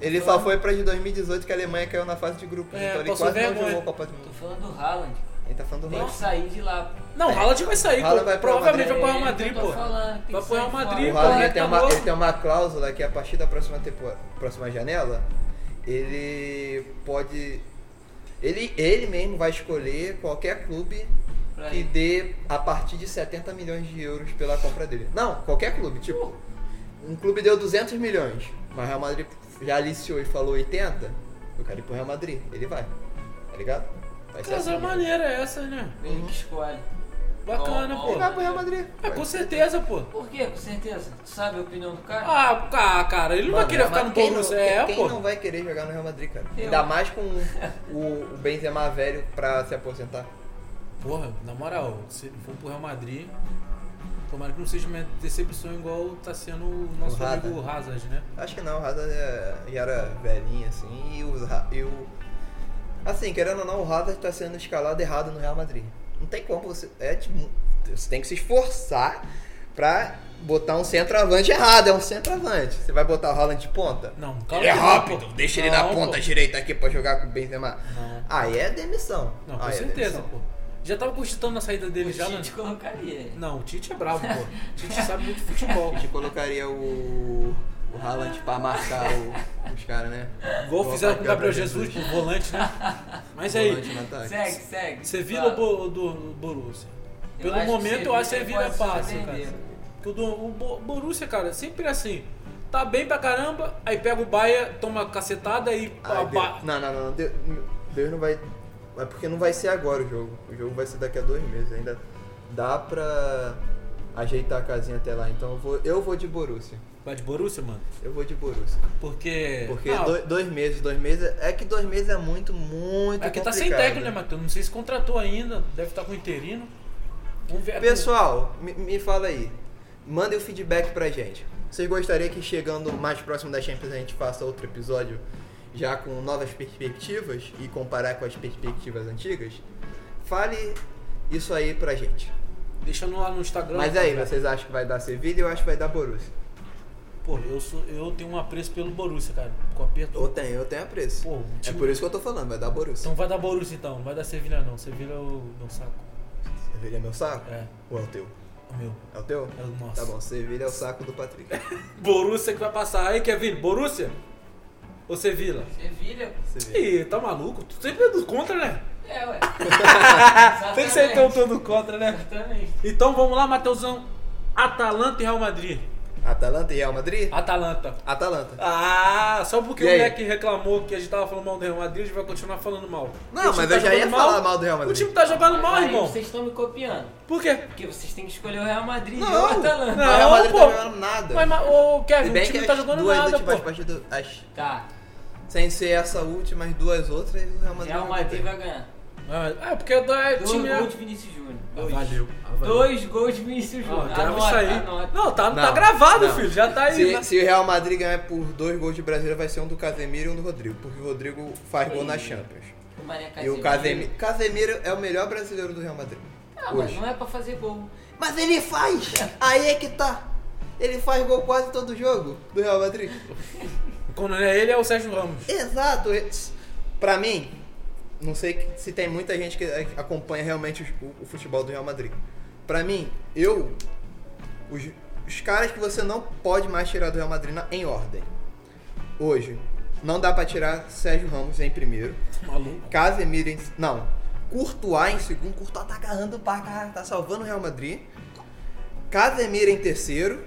Speaker 2: Ele só foi pra de 2018 que a Alemanha caiu na fase de grupos.
Speaker 1: É,
Speaker 2: então ele
Speaker 1: passou
Speaker 2: quase não
Speaker 1: vergonha.
Speaker 2: jogou a Copa do
Speaker 3: Tô
Speaker 2: Mundo.
Speaker 3: falando do Haaland.
Speaker 2: Ele tá falando do
Speaker 3: Tem que
Speaker 2: Royce.
Speaker 3: sair de lá.
Speaker 1: Não, o Haaland vai sair,
Speaker 2: É. Haaland
Speaker 1: pô.
Speaker 2: vai pro
Speaker 1: Provavelmente vai
Speaker 2: Real
Speaker 1: pro Real
Speaker 3: Madrid. É
Speaker 1: Madrid,
Speaker 3: isso que eu
Speaker 1: pô.
Speaker 3: tô falando, tem que
Speaker 1: Vai pro Real
Speaker 3: sair fora.
Speaker 1: Madrid,
Speaker 2: O
Speaker 1: pô. né,
Speaker 3: Haaland
Speaker 2: Haaland
Speaker 1: que
Speaker 2: ele tem,
Speaker 1: tá
Speaker 2: uma,
Speaker 1: novo.
Speaker 2: ele tem uma cláusula que a partir da próxima, tempo- próxima janela, ele pode. Ele, ele mesmo vai escolher qualquer clube
Speaker 3: Pra
Speaker 2: que
Speaker 3: ele.
Speaker 2: dê a partir de 70 milhões de euros pela compra dele. Não, qualquer clube. Tipo,
Speaker 1: Uh.
Speaker 2: um clube deu 200 milhões, mas o Real Madrid já aliciou e falou 80, eu quero ir pro Real Madrid. Ele vai, tá ligado? Vai ser
Speaker 1: Casa
Speaker 2: assim, né?
Speaker 1: maneira é essa, né?
Speaker 3: Ele que escolhe.
Speaker 1: Bacana,
Speaker 3: Ó,
Speaker 1: pô.
Speaker 2: Ele vai pro Real Madrid.
Speaker 1: É,
Speaker 2: Vai.
Speaker 1: com certeza, pô.
Speaker 3: Por quê? Com certeza. Tu sabe a opinião do cara?
Speaker 1: Ah, ca- cara, ele não vai
Speaker 2: Mano,
Speaker 1: querer
Speaker 2: Real
Speaker 1: ficar no
Speaker 2: Madrid-
Speaker 1: Borussia.
Speaker 2: quem
Speaker 1: É,
Speaker 2: não, quem,
Speaker 1: pô.
Speaker 2: quem não vai querer jogar no Real Madrid, cara?
Speaker 3: Eu.
Speaker 2: Ainda mais com o, o Benzema velho pra se aposentar.
Speaker 1: Porra, na moral, se ele for pro Real Madrid, tomara que não seja uma decepção igual tá sendo o nosso
Speaker 2: O Hazard.
Speaker 1: amigo Hazard, né?
Speaker 2: Acho que não, o Hazard é- já era velhinho assim e o, Ra- e o- Assim, querendo ou não, o Hazard tá sendo escalado errado no Real Madrid. Não tem como você. É tipo, você tem que se esforçar pra botar um centroavante errado. É um centroavante. Você vai botar o Haaland de ponta?
Speaker 1: Não,
Speaker 2: Ele
Speaker 1: calma.
Speaker 2: é
Speaker 1: que não,
Speaker 2: rápido,
Speaker 1: pô.
Speaker 2: deixa ele
Speaker 1: Não,
Speaker 2: na
Speaker 1: pô.
Speaker 2: ponta direita aqui pra jogar com o Benzema.
Speaker 1: Não.
Speaker 2: Aí é demissão.
Speaker 1: Não, com
Speaker 2: Aí é
Speaker 1: certeza,
Speaker 2: demissão.
Speaker 1: pô. Já tava cogitando na saída dele
Speaker 3: o
Speaker 1: já, né?
Speaker 3: Tite <laughs> colocaria ele.
Speaker 1: Não, o Tite é bravo, pô. O Tite sabe muito de
Speaker 2: <laughs>
Speaker 1: futebol.
Speaker 2: A gente colocaria o, o Haaland pra marcar o- os caras, né?
Speaker 1: Gol fizeram com o
Speaker 2: marcar
Speaker 1: Gabriel Jesus, pro
Speaker 2: <laughs>
Speaker 1: volante, né? Mas
Speaker 2: Volante
Speaker 1: aí,
Speaker 2: no ataque.
Speaker 3: Segue, segue.
Speaker 1: você vira
Speaker 3: Fala.
Speaker 1: o Bo- do Borussia.
Speaker 3: Eu
Speaker 1: Pelo
Speaker 3: acho que
Speaker 1: momento, eu acho que você vira
Speaker 3: pode se né?
Speaker 1: fácil, cara.
Speaker 3: surpreender.
Speaker 1: Porque o, do- o Bo- Borussia, cara, sempre é assim. Tá bem pra caramba, aí pega o Baia, toma cacetada e...
Speaker 2: Ai,
Speaker 1: a ba-
Speaker 2: Deus. Não, não, não. não. Deus, Deus não vai. É porque não vai ser agora o jogo. O jogo vai ser daqui a dois meses. Ainda dá pra ajeitar a casinha até lá. Então eu vou, eu vou de Borussia.
Speaker 1: Vai de Borussia, mano?
Speaker 2: Eu vou de Borussia.
Speaker 1: Porque...
Speaker 2: Porque
Speaker 1: Ah,
Speaker 2: dois, dois meses, dois meses. É que dois meses é muito, muito.
Speaker 1: É que tá sem
Speaker 2: complicado.
Speaker 1: técnico, né, Matheus? Não sei se contratou ainda, deve estar com interino. Vamos ver.
Speaker 2: Pessoal, me, me fala aí. Mandem o feedback pra gente. Vocês gostariam que chegando mais próximo da Champions a gente faça outro episódio já com novas perspectivas e comparar com as perspectivas antigas? Fale isso aí pra gente.
Speaker 1: Deixando lá no Instagram. né,
Speaker 2: Mas aí, vocês acham que vai dar Sevilha eu acho que vai dar Borussia?
Speaker 1: Pô, eu, sou, eu tenho um apreço pelo Borussia, cara. Com aperto.
Speaker 2: Eu tenho, eu tenho a preço.
Speaker 1: Pô, o
Speaker 2: é
Speaker 1: time-
Speaker 2: por isso que eu tô falando, vai dar Borussia.
Speaker 1: Então vai dar Borussia então, não vai dar Sevilha não. Sevilha é o meu saco.
Speaker 2: Sevilha é meu saco?
Speaker 1: É.
Speaker 2: Ou é o teu?
Speaker 1: O meu.
Speaker 2: É o teu?
Speaker 1: É o nosso.
Speaker 2: Tá bom, Sevilha é o saco do <laughs> Patrick.
Speaker 1: Borussia que vai passar. Aí, Kevin, Borussia? Ou Sevilla?
Speaker 3: Sevilha?
Speaker 2: Sevilha.
Speaker 1: Ih, tá maluco? Tu sempre é do contra, né?
Speaker 3: É, ué.
Speaker 1: <laughs> Tem que ser então todo contra, né?
Speaker 3: Exatamente.
Speaker 1: Então vamos lá, Matheusão. Atalanta e Real Madrid.
Speaker 2: Atalanta e Real Madrid?
Speaker 1: Atalanta.
Speaker 2: Atalanta.
Speaker 1: Ah, só porque
Speaker 2: E
Speaker 1: o
Speaker 2: aí?
Speaker 1: moleque reclamou que a gente tava falando mal do Real Madrid, a gente vai continuar falando mal.
Speaker 2: Não,
Speaker 1: O time tá
Speaker 2: mas eu já
Speaker 1: jogando
Speaker 2: ia falar mal do Real Madrid.
Speaker 1: O time tá jogando mal,
Speaker 3: Aí
Speaker 1: irmão.
Speaker 3: Vocês estão me copiando.
Speaker 1: Por quê?
Speaker 3: Porque vocês têm que escolher o Real Madrid
Speaker 2: Não.
Speaker 3: e o Atalanta.
Speaker 1: Não,
Speaker 2: o Real Madrid
Speaker 1: pô.
Speaker 2: tá jogando nada.
Speaker 1: Mas, mas, ô,
Speaker 2: Se
Speaker 1: Kevin, o
Speaker 2: bem
Speaker 1: time
Speaker 2: que
Speaker 1: não tá
Speaker 2: as
Speaker 1: jogando
Speaker 2: duas
Speaker 1: nada,
Speaker 2: últimas
Speaker 1: pô.
Speaker 2: partidas, as-
Speaker 3: Tá.
Speaker 2: sem ser essa última, as duas outras, o Real Madrid.
Speaker 3: Real Madrid vai ganhar.
Speaker 1: Ah, É, porque é
Speaker 3: Dois
Speaker 1: time...
Speaker 3: gols de Vinícius Júnior.
Speaker 2: Ah,
Speaker 3: Dois.
Speaker 1: valeu.
Speaker 3: Dois gols de Vinícius
Speaker 1: Ó,
Speaker 3: Júnior.
Speaker 1: grava
Speaker 3: Anota,
Speaker 1: isso aí.
Speaker 3: anota.
Speaker 1: Não, tá, tá
Speaker 2: Não,
Speaker 1: gravado,
Speaker 2: não.
Speaker 1: filho. Já tá aí. né?
Speaker 2: Se, se o Real Madrid ganhar por dois gols de Brasileiro, vai ser um do Casemiro e um do Rodrigo, porque o Rodrigo faz gol na Champions.
Speaker 3: O Mané
Speaker 2: E o Casemiro, Casemiro é o melhor brasileiro do Real Madrid.
Speaker 3: Ah, mas
Speaker 2: hoje.
Speaker 3: não é pra fazer gol.
Speaker 2: Mas ele faz! Aí é que tá! Ele faz gol quase todo jogo do Real Madrid.
Speaker 1: Quando é ele, é o Sérgio Ramos.
Speaker 2: Exato! Pra mim, não sei se tem muita gente que acompanha realmente os- o, o futebol do Real Madrid. Pra mim, eu. Os, os caras que você não pode mais tirar do Real Madrid na- em ordem. Hoje, não dá pra tirar Sérgio Ramos em primeiro.
Speaker 1: Tá Maluco.
Speaker 2: Casemiro em... Não. Courtois em segundo. Courtois tá agarrando pra cá. Tá salvando o Real Madrid. Casemiro em terceiro.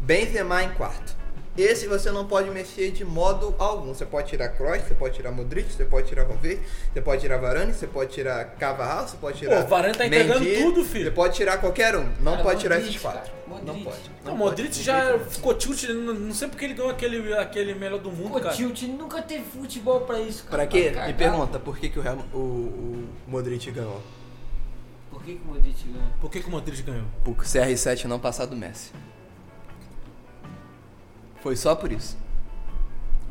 Speaker 2: Benzema em quarto. Esse você não pode mexer de modo algum. Você pode tirar Kroos, você pode tirar Modric, você pode tirar Valverde, você pode tirar Varane, você pode tirar Cavarral, você pode tirar
Speaker 1: Pô, Varane tá entregando
Speaker 2: Mendy,
Speaker 1: tudo, filho.
Speaker 2: Você pode tirar qualquer um. Não
Speaker 3: Cara,
Speaker 2: pode tirar
Speaker 3: Modric,
Speaker 2: esses quatro.
Speaker 3: cara.
Speaker 2: Não
Speaker 3: Modric.
Speaker 2: pode.
Speaker 1: Não, o
Speaker 2: pode.
Speaker 1: Modric já ficou tilt. Não não sei porque ele ganhou aquele, aquele melhor do mundo,
Speaker 3: Pô,
Speaker 1: cara.
Speaker 3: Tilt nunca teve futebol pra isso, cara.
Speaker 2: Pra quê?
Speaker 3: Pra
Speaker 2: Me
Speaker 3: cagar.
Speaker 2: pergunta por que, que o, Real, o, o Modric ganhou.
Speaker 3: Por que, que o Modric ganha?
Speaker 1: Por que, que o Modric ganhou?
Speaker 2: Por CR7 não passar do Messi. Foi só por isso.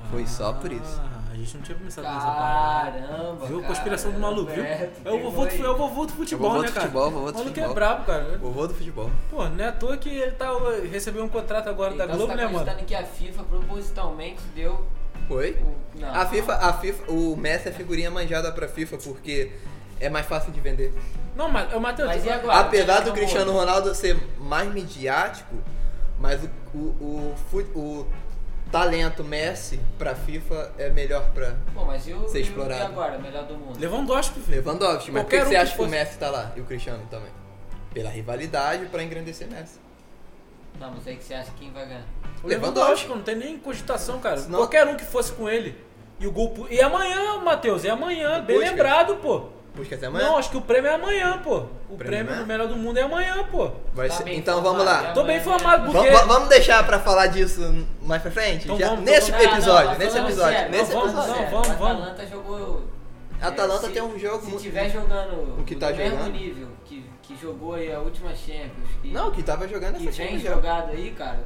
Speaker 2: Foi só por isso.
Speaker 1: Ah, a gente não tinha pensado nessa parada.
Speaker 3: Caramba,
Speaker 1: Viu? Conspiração do
Speaker 3: caramba,
Speaker 1: maluco, viu?
Speaker 3: é,
Speaker 1: É
Speaker 3: tu
Speaker 1: o
Speaker 3: pegou
Speaker 1: vovô, do-
Speaker 3: aí.
Speaker 1: é o vovô do futebol,
Speaker 2: vovô do
Speaker 1: né, cara?
Speaker 2: futebol, vovô do
Speaker 1: O maluco é
Speaker 2: futebol.
Speaker 1: brabo, cara.
Speaker 2: Vovô do futebol.
Speaker 1: Pô, não é à toa que ele tá, recebeu um contrato agora da
Speaker 3: Então
Speaker 1: Globo,
Speaker 3: você tá
Speaker 1: né, mano?
Speaker 3: acreditando que a FIFA propositalmente deu...
Speaker 2: Foi?
Speaker 3: o- Não.
Speaker 2: A FIFA, a FIFA, o Messi é figurinha manjada pra FIFA porque é mais fácil de vender.
Speaker 1: Não, mas, ô, Matheus,
Speaker 3: Mas e agora?
Speaker 2: Apesar
Speaker 3: Cristiano
Speaker 2: do Cristiano Ronaldo ser mais midiático, mas o, o, o, fu- o talento Messi pra FIFA é melhor pra
Speaker 3: Pô, mas e o,
Speaker 2: Ser
Speaker 3: e o-
Speaker 2: explorado.
Speaker 3: e agora? Melhor do mundo.
Speaker 1: Lewandowski, filho.
Speaker 2: Lewandowski. Mas por
Speaker 1: Qualquer
Speaker 2: que, que
Speaker 1: um que
Speaker 2: você acha que o
Speaker 1: fosse-
Speaker 2: Messi tá lá e o Cristiano também? Pela rivalidade pra engrandecer Messi.
Speaker 3: Não, mas aí que você acha quem vai ganhar?
Speaker 1: O
Speaker 2: Lewandowski.
Speaker 1: Lewandowski, não tem nem cogitação, cara.
Speaker 2: Senão-
Speaker 1: Qualquer um que fosse com ele. E o gol. pu- E amanhã, Matheus, é amanhã, bem
Speaker 2: Depois,
Speaker 1: lembrado, pô.
Speaker 2: Puxa, até amanhã.
Speaker 1: Não, acho que o prêmio é amanhã, pô. O
Speaker 2: Prêmio
Speaker 1: prêmio
Speaker 2: é?
Speaker 1: do melhor do mundo é amanhã, pô.
Speaker 2: Vai
Speaker 3: Tá
Speaker 2: ser-
Speaker 3: bem
Speaker 2: então
Speaker 3: informado,
Speaker 2: vamos lá.
Speaker 3: né?
Speaker 1: Tô bem informado,
Speaker 2: Vam-
Speaker 1: porque.
Speaker 2: va- Vamos deixar pra falar disso mais pra frente?
Speaker 1: Então
Speaker 2: Já-
Speaker 1: vamos,
Speaker 2: nesse
Speaker 1: vamos. tá
Speaker 2: episódio,
Speaker 3: Ah, não,
Speaker 2: nesse
Speaker 3: falando
Speaker 2: episódio,
Speaker 3: sério,
Speaker 2: nesse
Speaker 1: Então vamos,
Speaker 2: episódio.
Speaker 1: não,
Speaker 3: sério,
Speaker 1: vamos,
Speaker 3: o
Speaker 1: vamos.
Speaker 3: Atalanta jogou. é,
Speaker 2: Atalanta
Speaker 3: se-
Speaker 2: tem um jogo
Speaker 3: Se
Speaker 2: muito-
Speaker 3: tiver jogando
Speaker 2: O que tá
Speaker 3: no mesmo
Speaker 2: jogando?
Speaker 3: nível que, que jogou aí a última Champions, que,
Speaker 2: Não, que tava jogando é
Speaker 3: que
Speaker 2: essa
Speaker 3: vem
Speaker 2: Champions.
Speaker 3: jogado aí, cara,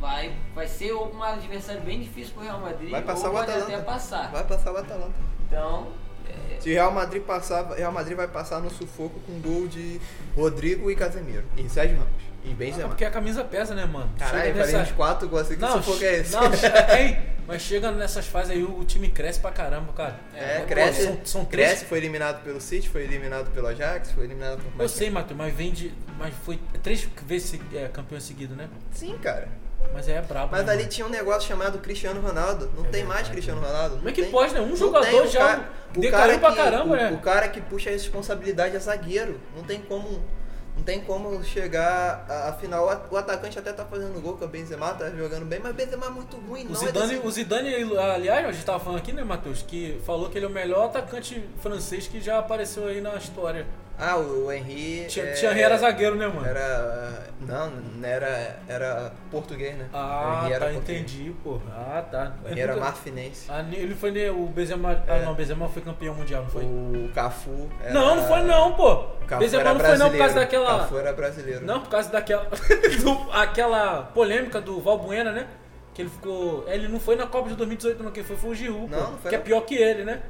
Speaker 3: vai, vai ser um adversário bem difícil pro Real Madrid.
Speaker 2: Vai passar
Speaker 3: ou
Speaker 2: o
Speaker 3: pode
Speaker 2: Atalanta.
Speaker 3: até passar.
Speaker 2: Vai passar o Atalanta.
Speaker 3: Então, é,
Speaker 2: Se o Real Madrid passar, o Real Madrid vai passar no sufoco com gol de Rodrigo e Casemiro. E Sérgio Ramos. E
Speaker 1: Ah,
Speaker 2: Benzema.
Speaker 1: porque a camisa pesa, né, mano?
Speaker 2: é, Caralho, eu
Speaker 1: Chega
Speaker 2: falei uns quatro gols assim. Que
Speaker 1: Não,
Speaker 2: sufoco é esse? <laughs>
Speaker 1: não, hein? Mas chega nessas fases aí, o time cresce pra caramba, cara.
Speaker 2: É,
Speaker 1: Pô,
Speaker 2: cresce.
Speaker 1: são, são três-
Speaker 2: cresce, foi eliminado pelo City, foi eliminado pelo Ajax, foi eliminado por
Speaker 1: Eu sei, Matheus, mas vem de. Mas foi três vezes se- é, campeão seguido, né?
Speaker 2: Sim, cara.
Speaker 1: Mas é brabo.
Speaker 2: Mas
Speaker 1: né,
Speaker 2: ali
Speaker 1: mano?
Speaker 2: tinha um negócio chamado Cristiano Ronaldo. Não
Speaker 1: É
Speaker 2: tem mais
Speaker 1: verdade.
Speaker 2: Cristiano Ronaldo.
Speaker 1: Como
Speaker 2: não
Speaker 1: é que
Speaker 2: tem.
Speaker 1: pode, né? Um
Speaker 2: Não
Speaker 1: jogador
Speaker 2: tem, o
Speaker 1: já
Speaker 2: cara- o
Speaker 1: decaiu
Speaker 2: cara
Speaker 1: pra
Speaker 2: que-
Speaker 1: caramba,
Speaker 2: o,
Speaker 1: né?
Speaker 2: O cara que puxa a responsabilidade é zagueiro. Não tem como. Não tem como chegar a, a final. O atacante até tá fazendo gol com o Benzema, tá jogando bem, mas Benzema é muito ruim,
Speaker 1: O
Speaker 2: não
Speaker 1: Zidane,
Speaker 2: é
Speaker 1: o
Speaker 2: desse...
Speaker 1: Zidane, aliás, a gente tava falando aqui, né, Matheus? Que falou que ele é o melhor atacante francês que já apareceu aí na história.
Speaker 2: Ah, o Henry.
Speaker 1: Tia-
Speaker 2: é,
Speaker 1: Thierry era zagueiro, né, mano?
Speaker 2: Era. Não, não era. Era português, né? O
Speaker 1: Ah,
Speaker 2: Henry era
Speaker 1: tá,
Speaker 2: português.
Speaker 1: entendi, pô. Ah, tá.
Speaker 2: O Henry era
Speaker 1: Nunca-
Speaker 2: marfinense.
Speaker 1: Ah, ne- Ele foi, né, o Benzema... Ah, não, o Benzema foi campeão mundial, não foi?
Speaker 2: O Cafu. Era...
Speaker 1: Não, não foi não,
Speaker 2: O
Speaker 1: pô.
Speaker 2: Cafu
Speaker 1: Benzema
Speaker 2: era
Speaker 1: é não foi não por causa
Speaker 2: brasileiro.
Speaker 1: daquela...
Speaker 2: Cafu era brasileiro.
Speaker 1: Não, por causa daquela... <laughs> do- aquela polêmica do Valbuena, né? Que ele ficou... Ele não foi na Copa de 2018, não. Quem foi foi o Giroud, pô.
Speaker 2: Não, não foi
Speaker 1: Que é
Speaker 2: não.
Speaker 1: pior que ele, né?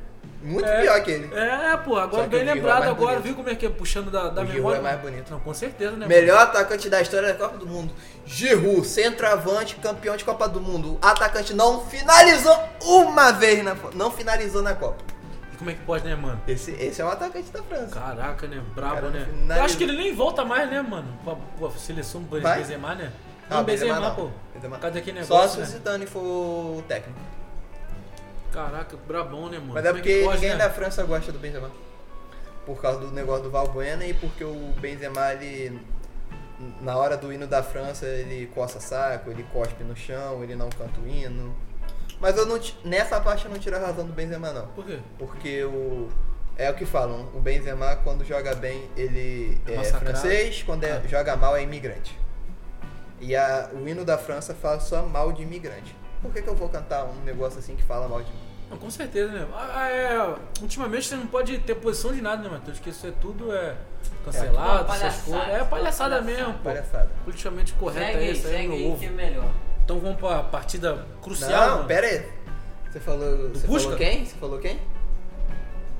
Speaker 2: Muito
Speaker 1: É.
Speaker 2: pior que ele.
Speaker 1: É, pô, agora
Speaker 2: Só que
Speaker 1: bem
Speaker 2: o Giroud
Speaker 1: lembrado
Speaker 2: é mais
Speaker 1: agora,
Speaker 2: bonito.
Speaker 1: viu como é que é puxando da, da
Speaker 2: O Giroud
Speaker 1: memória?
Speaker 2: é mais bonito.
Speaker 1: Não, com certeza, né?
Speaker 2: Melhor atacante da história da Copa do Mundo. Giroud, centroavante, campeão de Copa do Mundo. O atacante não finalizou uma vez na não finalizou na Copa.
Speaker 1: mano? E como é que pode, né, mano?
Speaker 2: Esse, esse é um atacante da França.
Speaker 1: Caraca, né? Brabo,
Speaker 2: Cara,
Speaker 1: né?
Speaker 2: finalizou.
Speaker 1: Eu acho que ele nem volta mais, né, mano? Com a, com a seleção do
Speaker 2: Vai?
Speaker 1: Benzema, né?
Speaker 2: Ah,
Speaker 1: Não, Benzema,
Speaker 2: não.
Speaker 1: pô.
Speaker 2: Benzema.
Speaker 1: Cadê aquele
Speaker 2: Só
Speaker 1: negócio,
Speaker 2: se o
Speaker 1: né?
Speaker 2: Zidane for o técnico.
Speaker 1: Caraca, brabão, né, mano?
Speaker 2: né? Mas é
Speaker 1: Como que
Speaker 2: porque
Speaker 1: pode,
Speaker 2: ninguém
Speaker 1: né?
Speaker 2: da França gosta do Benzema. Por causa do negócio do Valbuena e porque o Benzema, ele, na hora do hino da França, ele coça saco, ele cospe no chão, ele não canta o hino. Mas eu não, ti- nessa parte eu não tiro a razão do Benzema, não.
Speaker 1: Por quê?
Speaker 2: Porque o. É o que falam, o Benzema quando joga bem ele
Speaker 1: É
Speaker 2: é,
Speaker 1: massacrado.
Speaker 2: francês, quando é-
Speaker 1: Ah.
Speaker 2: joga mal é imigrante. E a- o hino da França fala só mal de imigrante. Por que, que eu vou cantar um negócio assim que fala mal de
Speaker 1: Não, com certeza, né? Ah, é, ultimamente você não pode ter posição de nada, né, Matheus? Que isso é tudo é
Speaker 3: É
Speaker 1: cancelado,
Speaker 3: tudo uma
Speaker 1: essas coisas. É
Speaker 3: palhaçada,
Speaker 1: palhaçada
Speaker 3: palhaçada.
Speaker 1: mesmo, pô.
Speaker 2: palhaçada?
Speaker 1: Politicamente correto
Speaker 3: Segue
Speaker 1: é
Speaker 3: aí,
Speaker 1: isso aí
Speaker 3: segue
Speaker 1: no
Speaker 3: aí que é
Speaker 1: ovo.
Speaker 3: melhor.
Speaker 1: Então vamos pra partida crucial.
Speaker 2: não,
Speaker 1: mano.
Speaker 2: pera aí. Você falou. Você
Speaker 1: Cusca?
Speaker 2: falou quem? Você falou quem?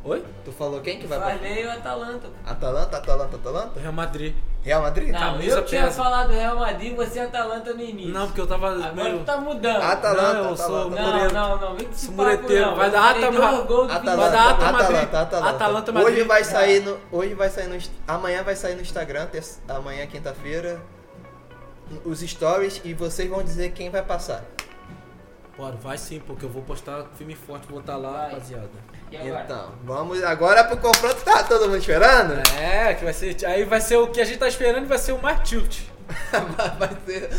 Speaker 1: Oi?
Speaker 2: Tu falou quem que vai pra.
Speaker 3: Falei o Atalanta.
Speaker 2: Atalanta, Atalanta,
Speaker 1: Do
Speaker 2: Atalanta?
Speaker 1: Real Madrid.
Speaker 2: Real Madrid?
Speaker 3: Não,
Speaker 1: Camisa
Speaker 3: eu tinha
Speaker 1: pesa.
Speaker 3: falado Real Madrid, você é Atalanta no início.
Speaker 1: Não, porque eu tava
Speaker 3: Agora
Speaker 1: meio...
Speaker 3: tu tá mudando.
Speaker 2: Atalanta.
Speaker 1: não, eu sou
Speaker 2: Atalanta.
Speaker 3: Não,
Speaker 1: mureiro.
Speaker 3: não, não, vem com esse
Speaker 1: Sou
Speaker 3: papo
Speaker 1: mureteiro.
Speaker 3: não.
Speaker 1: Vai
Speaker 3: Eu
Speaker 1: dar
Speaker 3: falei
Speaker 1: Atalanta-
Speaker 3: dois gols do
Speaker 1: Vai
Speaker 3: Vinícius.
Speaker 1: dar Ata Madrid.
Speaker 2: Atalanta, Atalanta.
Speaker 1: Atalanta
Speaker 2: Hoje
Speaker 1: Madrid.
Speaker 2: vai sair no, hoje vai sair no, amanhã vai sair no Instagram, terça- amanhã é quinta-feira, os stories e vocês vão dizer quem vai passar.
Speaker 1: Bora, vai sim, porque eu vou postar firme e forte, vou botar lá,
Speaker 3: Vai.
Speaker 1: rapaziada.
Speaker 3: E agora?
Speaker 2: Então, vamos agora pro confronto que tá todo mundo esperando.
Speaker 1: É, que vai ser. Aí vai ser o que a gente tá esperando, vai ser o mais tilt.
Speaker 2: vai ser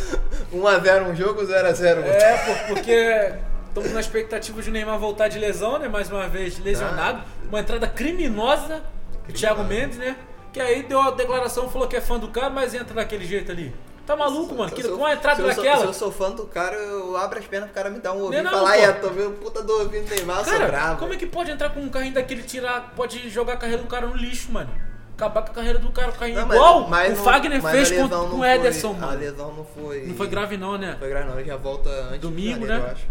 Speaker 2: 1 a 0 um jogo, 0 a 0 outro.
Speaker 1: É, pô, porque estamos na expectativa de o Neymar voltar de lesão, né? Mais uma vez lesionado.
Speaker 2: Ah.
Speaker 1: Uma entrada criminosa do Thiago Mendes, né? Que aí deu a declaração, falou que é fã do cara, mas entra daquele jeito ali. Tá maluco, mano?
Speaker 2: Se eu
Speaker 1: Que,
Speaker 2: sou-
Speaker 1: com a entrada
Speaker 2: se eu sou-
Speaker 1: daquela.
Speaker 2: se eu sou fã do cara, eu abro as pernas pro cara me dar um ouvido
Speaker 1: não,
Speaker 2: e falar,
Speaker 1: pô.
Speaker 2: é, tô vendo puta do ouvido do Neymar, eu sou
Speaker 1: Cara,
Speaker 2: bravo.
Speaker 1: como é que pode entrar com um carrinho daquele tirar, pode jogar a carreira do cara no lixo, mano? Acabar com a carreira do cara, o carrinho
Speaker 2: Não, mas-
Speaker 1: igual
Speaker 2: mas
Speaker 1: o
Speaker 2: não-
Speaker 1: Fagner
Speaker 2: mas
Speaker 1: fez
Speaker 2: a
Speaker 1: com,
Speaker 2: lesão
Speaker 1: com
Speaker 2: não
Speaker 1: o
Speaker 2: foi-
Speaker 1: Ederson,
Speaker 2: A
Speaker 1: mano.
Speaker 2: lesão não foi...
Speaker 1: Não foi grave não, né?
Speaker 2: Não foi grave não, ele já volta antes
Speaker 1: Domingo,
Speaker 2: de janeiro,
Speaker 1: né?
Speaker 2: eu acho.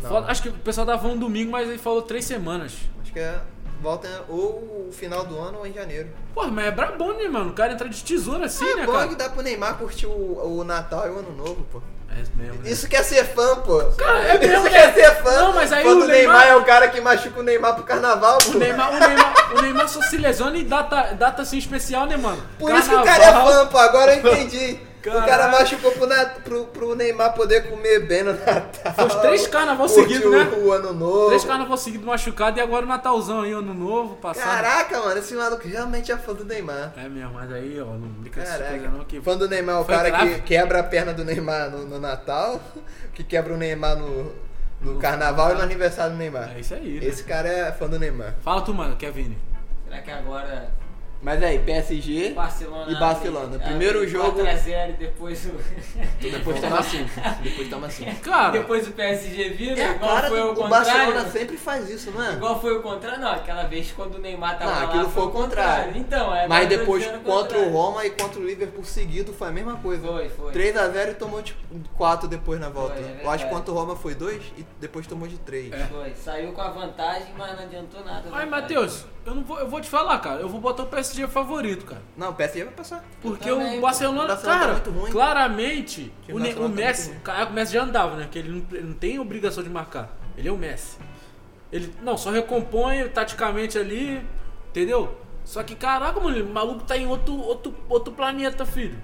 Speaker 2: Não,
Speaker 1: Fala- acho que o pessoal dava um domingo, mas ele falou três semanas.
Speaker 2: acho que é... Volta ou o final do ano ou em janeiro.
Speaker 1: Pô, mas é brabão, né, mano? O cara entra de tesoura assim,
Speaker 2: é
Speaker 1: né,
Speaker 2: bom
Speaker 1: cara?
Speaker 2: que dá pro Neymar curtir o, o Natal e o Ano Novo, pô.
Speaker 1: É mesmo, né?
Speaker 2: Isso quer ser fã, pô.
Speaker 1: Cara, é mesmo,
Speaker 2: Isso
Speaker 1: né?
Speaker 2: quer ser fã.
Speaker 1: Não, mas aí
Speaker 2: quando
Speaker 1: o
Speaker 2: o Neymar...
Speaker 1: Neymar
Speaker 2: é o cara que machuca o Neymar pro carnaval, pô.
Speaker 1: O Neymar, o, Neymar, o Neymar só se lesiona em data, data assim especial, né, mano?
Speaker 2: Por isso que o cara é fã, pô. Agora
Speaker 1: <laughs>
Speaker 2: eu entendi. O cara
Speaker 1: Caralho.
Speaker 2: machucou pro, Nat- pro- pro Neymar poder comer bem no Natal.
Speaker 1: Foi os três carnaval
Speaker 2: Curtiu
Speaker 1: seguidos, né?
Speaker 2: O ano novo.
Speaker 1: Três carnaval seguidos machucado e agora o Natalzão aí, ano novo, passado.
Speaker 2: Caraca, mano, esse maluco realmente é fã do Neymar.
Speaker 1: É mesmo, mas aí, ó, não brinca com essa coisa
Speaker 2: Caraca.
Speaker 1: não que...
Speaker 2: Fã do Neymar é o
Speaker 1: Foi
Speaker 2: cara
Speaker 1: grave.
Speaker 2: que quebra a perna do Neymar no, no Natal, <laughs> que quebra o Neymar no, no carnaval e no aniversário do Neymar.
Speaker 1: É isso aí, né?
Speaker 2: Esse cara é fã do Neymar.
Speaker 1: Fala tu, mano, Kevin.
Speaker 3: Será que agora
Speaker 2: Mas aí, PSG.
Speaker 3: Barcelona... É,
Speaker 2: E Barcelona.
Speaker 3: abre-
Speaker 2: Primeiro
Speaker 3: abre
Speaker 2: jogo-
Speaker 3: 4x0 e depois o...
Speaker 2: Depois toma 5. Depois toma 5.
Speaker 1: Cara,
Speaker 3: <laughs> depois o PSG vira,
Speaker 2: É a
Speaker 3: igual
Speaker 2: cara
Speaker 3: foi
Speaker 2: do-
Speaker 3: o
Speaker 2: o
Speaker 3: contrário.
Speaker 2: Barcelona sempre faz isso, é? mano.
Speaker 3: Igual foi o contrário, não, aquela vez quando o Neymar tava
Speaker 2: Não,
Speaker 3: lá,
Speaker 2: aquilo foi o contrário.
Speaker 3: Então, é...
Speaker 2: Mas
Speaker 3: eu tô
Speaker 2: depois
Speaker 3: dizendo
Speaker 2: contra o
Speaker 3: contrário.
Speaker 2: Roma e contra o Liverpool seguido foi a mesma coisa.
Speaker 3: Foi, foi.
Speaker 2: 3x0 e tomou de 4 depois na volta.
Speaker 3: Foi, é
Speaker 2: Eu acho
Speaker 3: verdade. É.
Speaker 2: que contra o Roma foi 2 e depois tomou de 3.
Speaker 3: Foi, saiu com a vantagem, mas não adiantou nada.
Speaker 1: ai,
Speaker 3: né,
Speaker 1: Matheus, eu, não vou, eu vou te falar, cara. Eu vou botar o PSG favorito, cara.
Speaker 2: Não, o PSG vai passar.
Speaker 1: Porque
Speaker 3: Eu também,
Speaker 1: o
Speaker 3: pô.
Speaker 1: Barcelona,
Speaker 2: O Barcelona tá
Speaker 1: cara,
Speaker 2: muito ruim.
Speaker 1: claramente, o,
Speaker 2: time do
Speaker 1: Ne-
Speaker 2: Barcelona
Speaker 1: o
Speaker 2: tá
Speaker 1: Messi,
Speaker 2: muito ruim.
Speaker 1: cara, o Messi já andava, né? Que ele não, ele não tem obrigação de marcar. Ele é o Messi. Ele, não, só recompõe taticamente ali, entendeu? Só que, caraca, mano, o maluco tá em outro, outro, outro planeta, filho.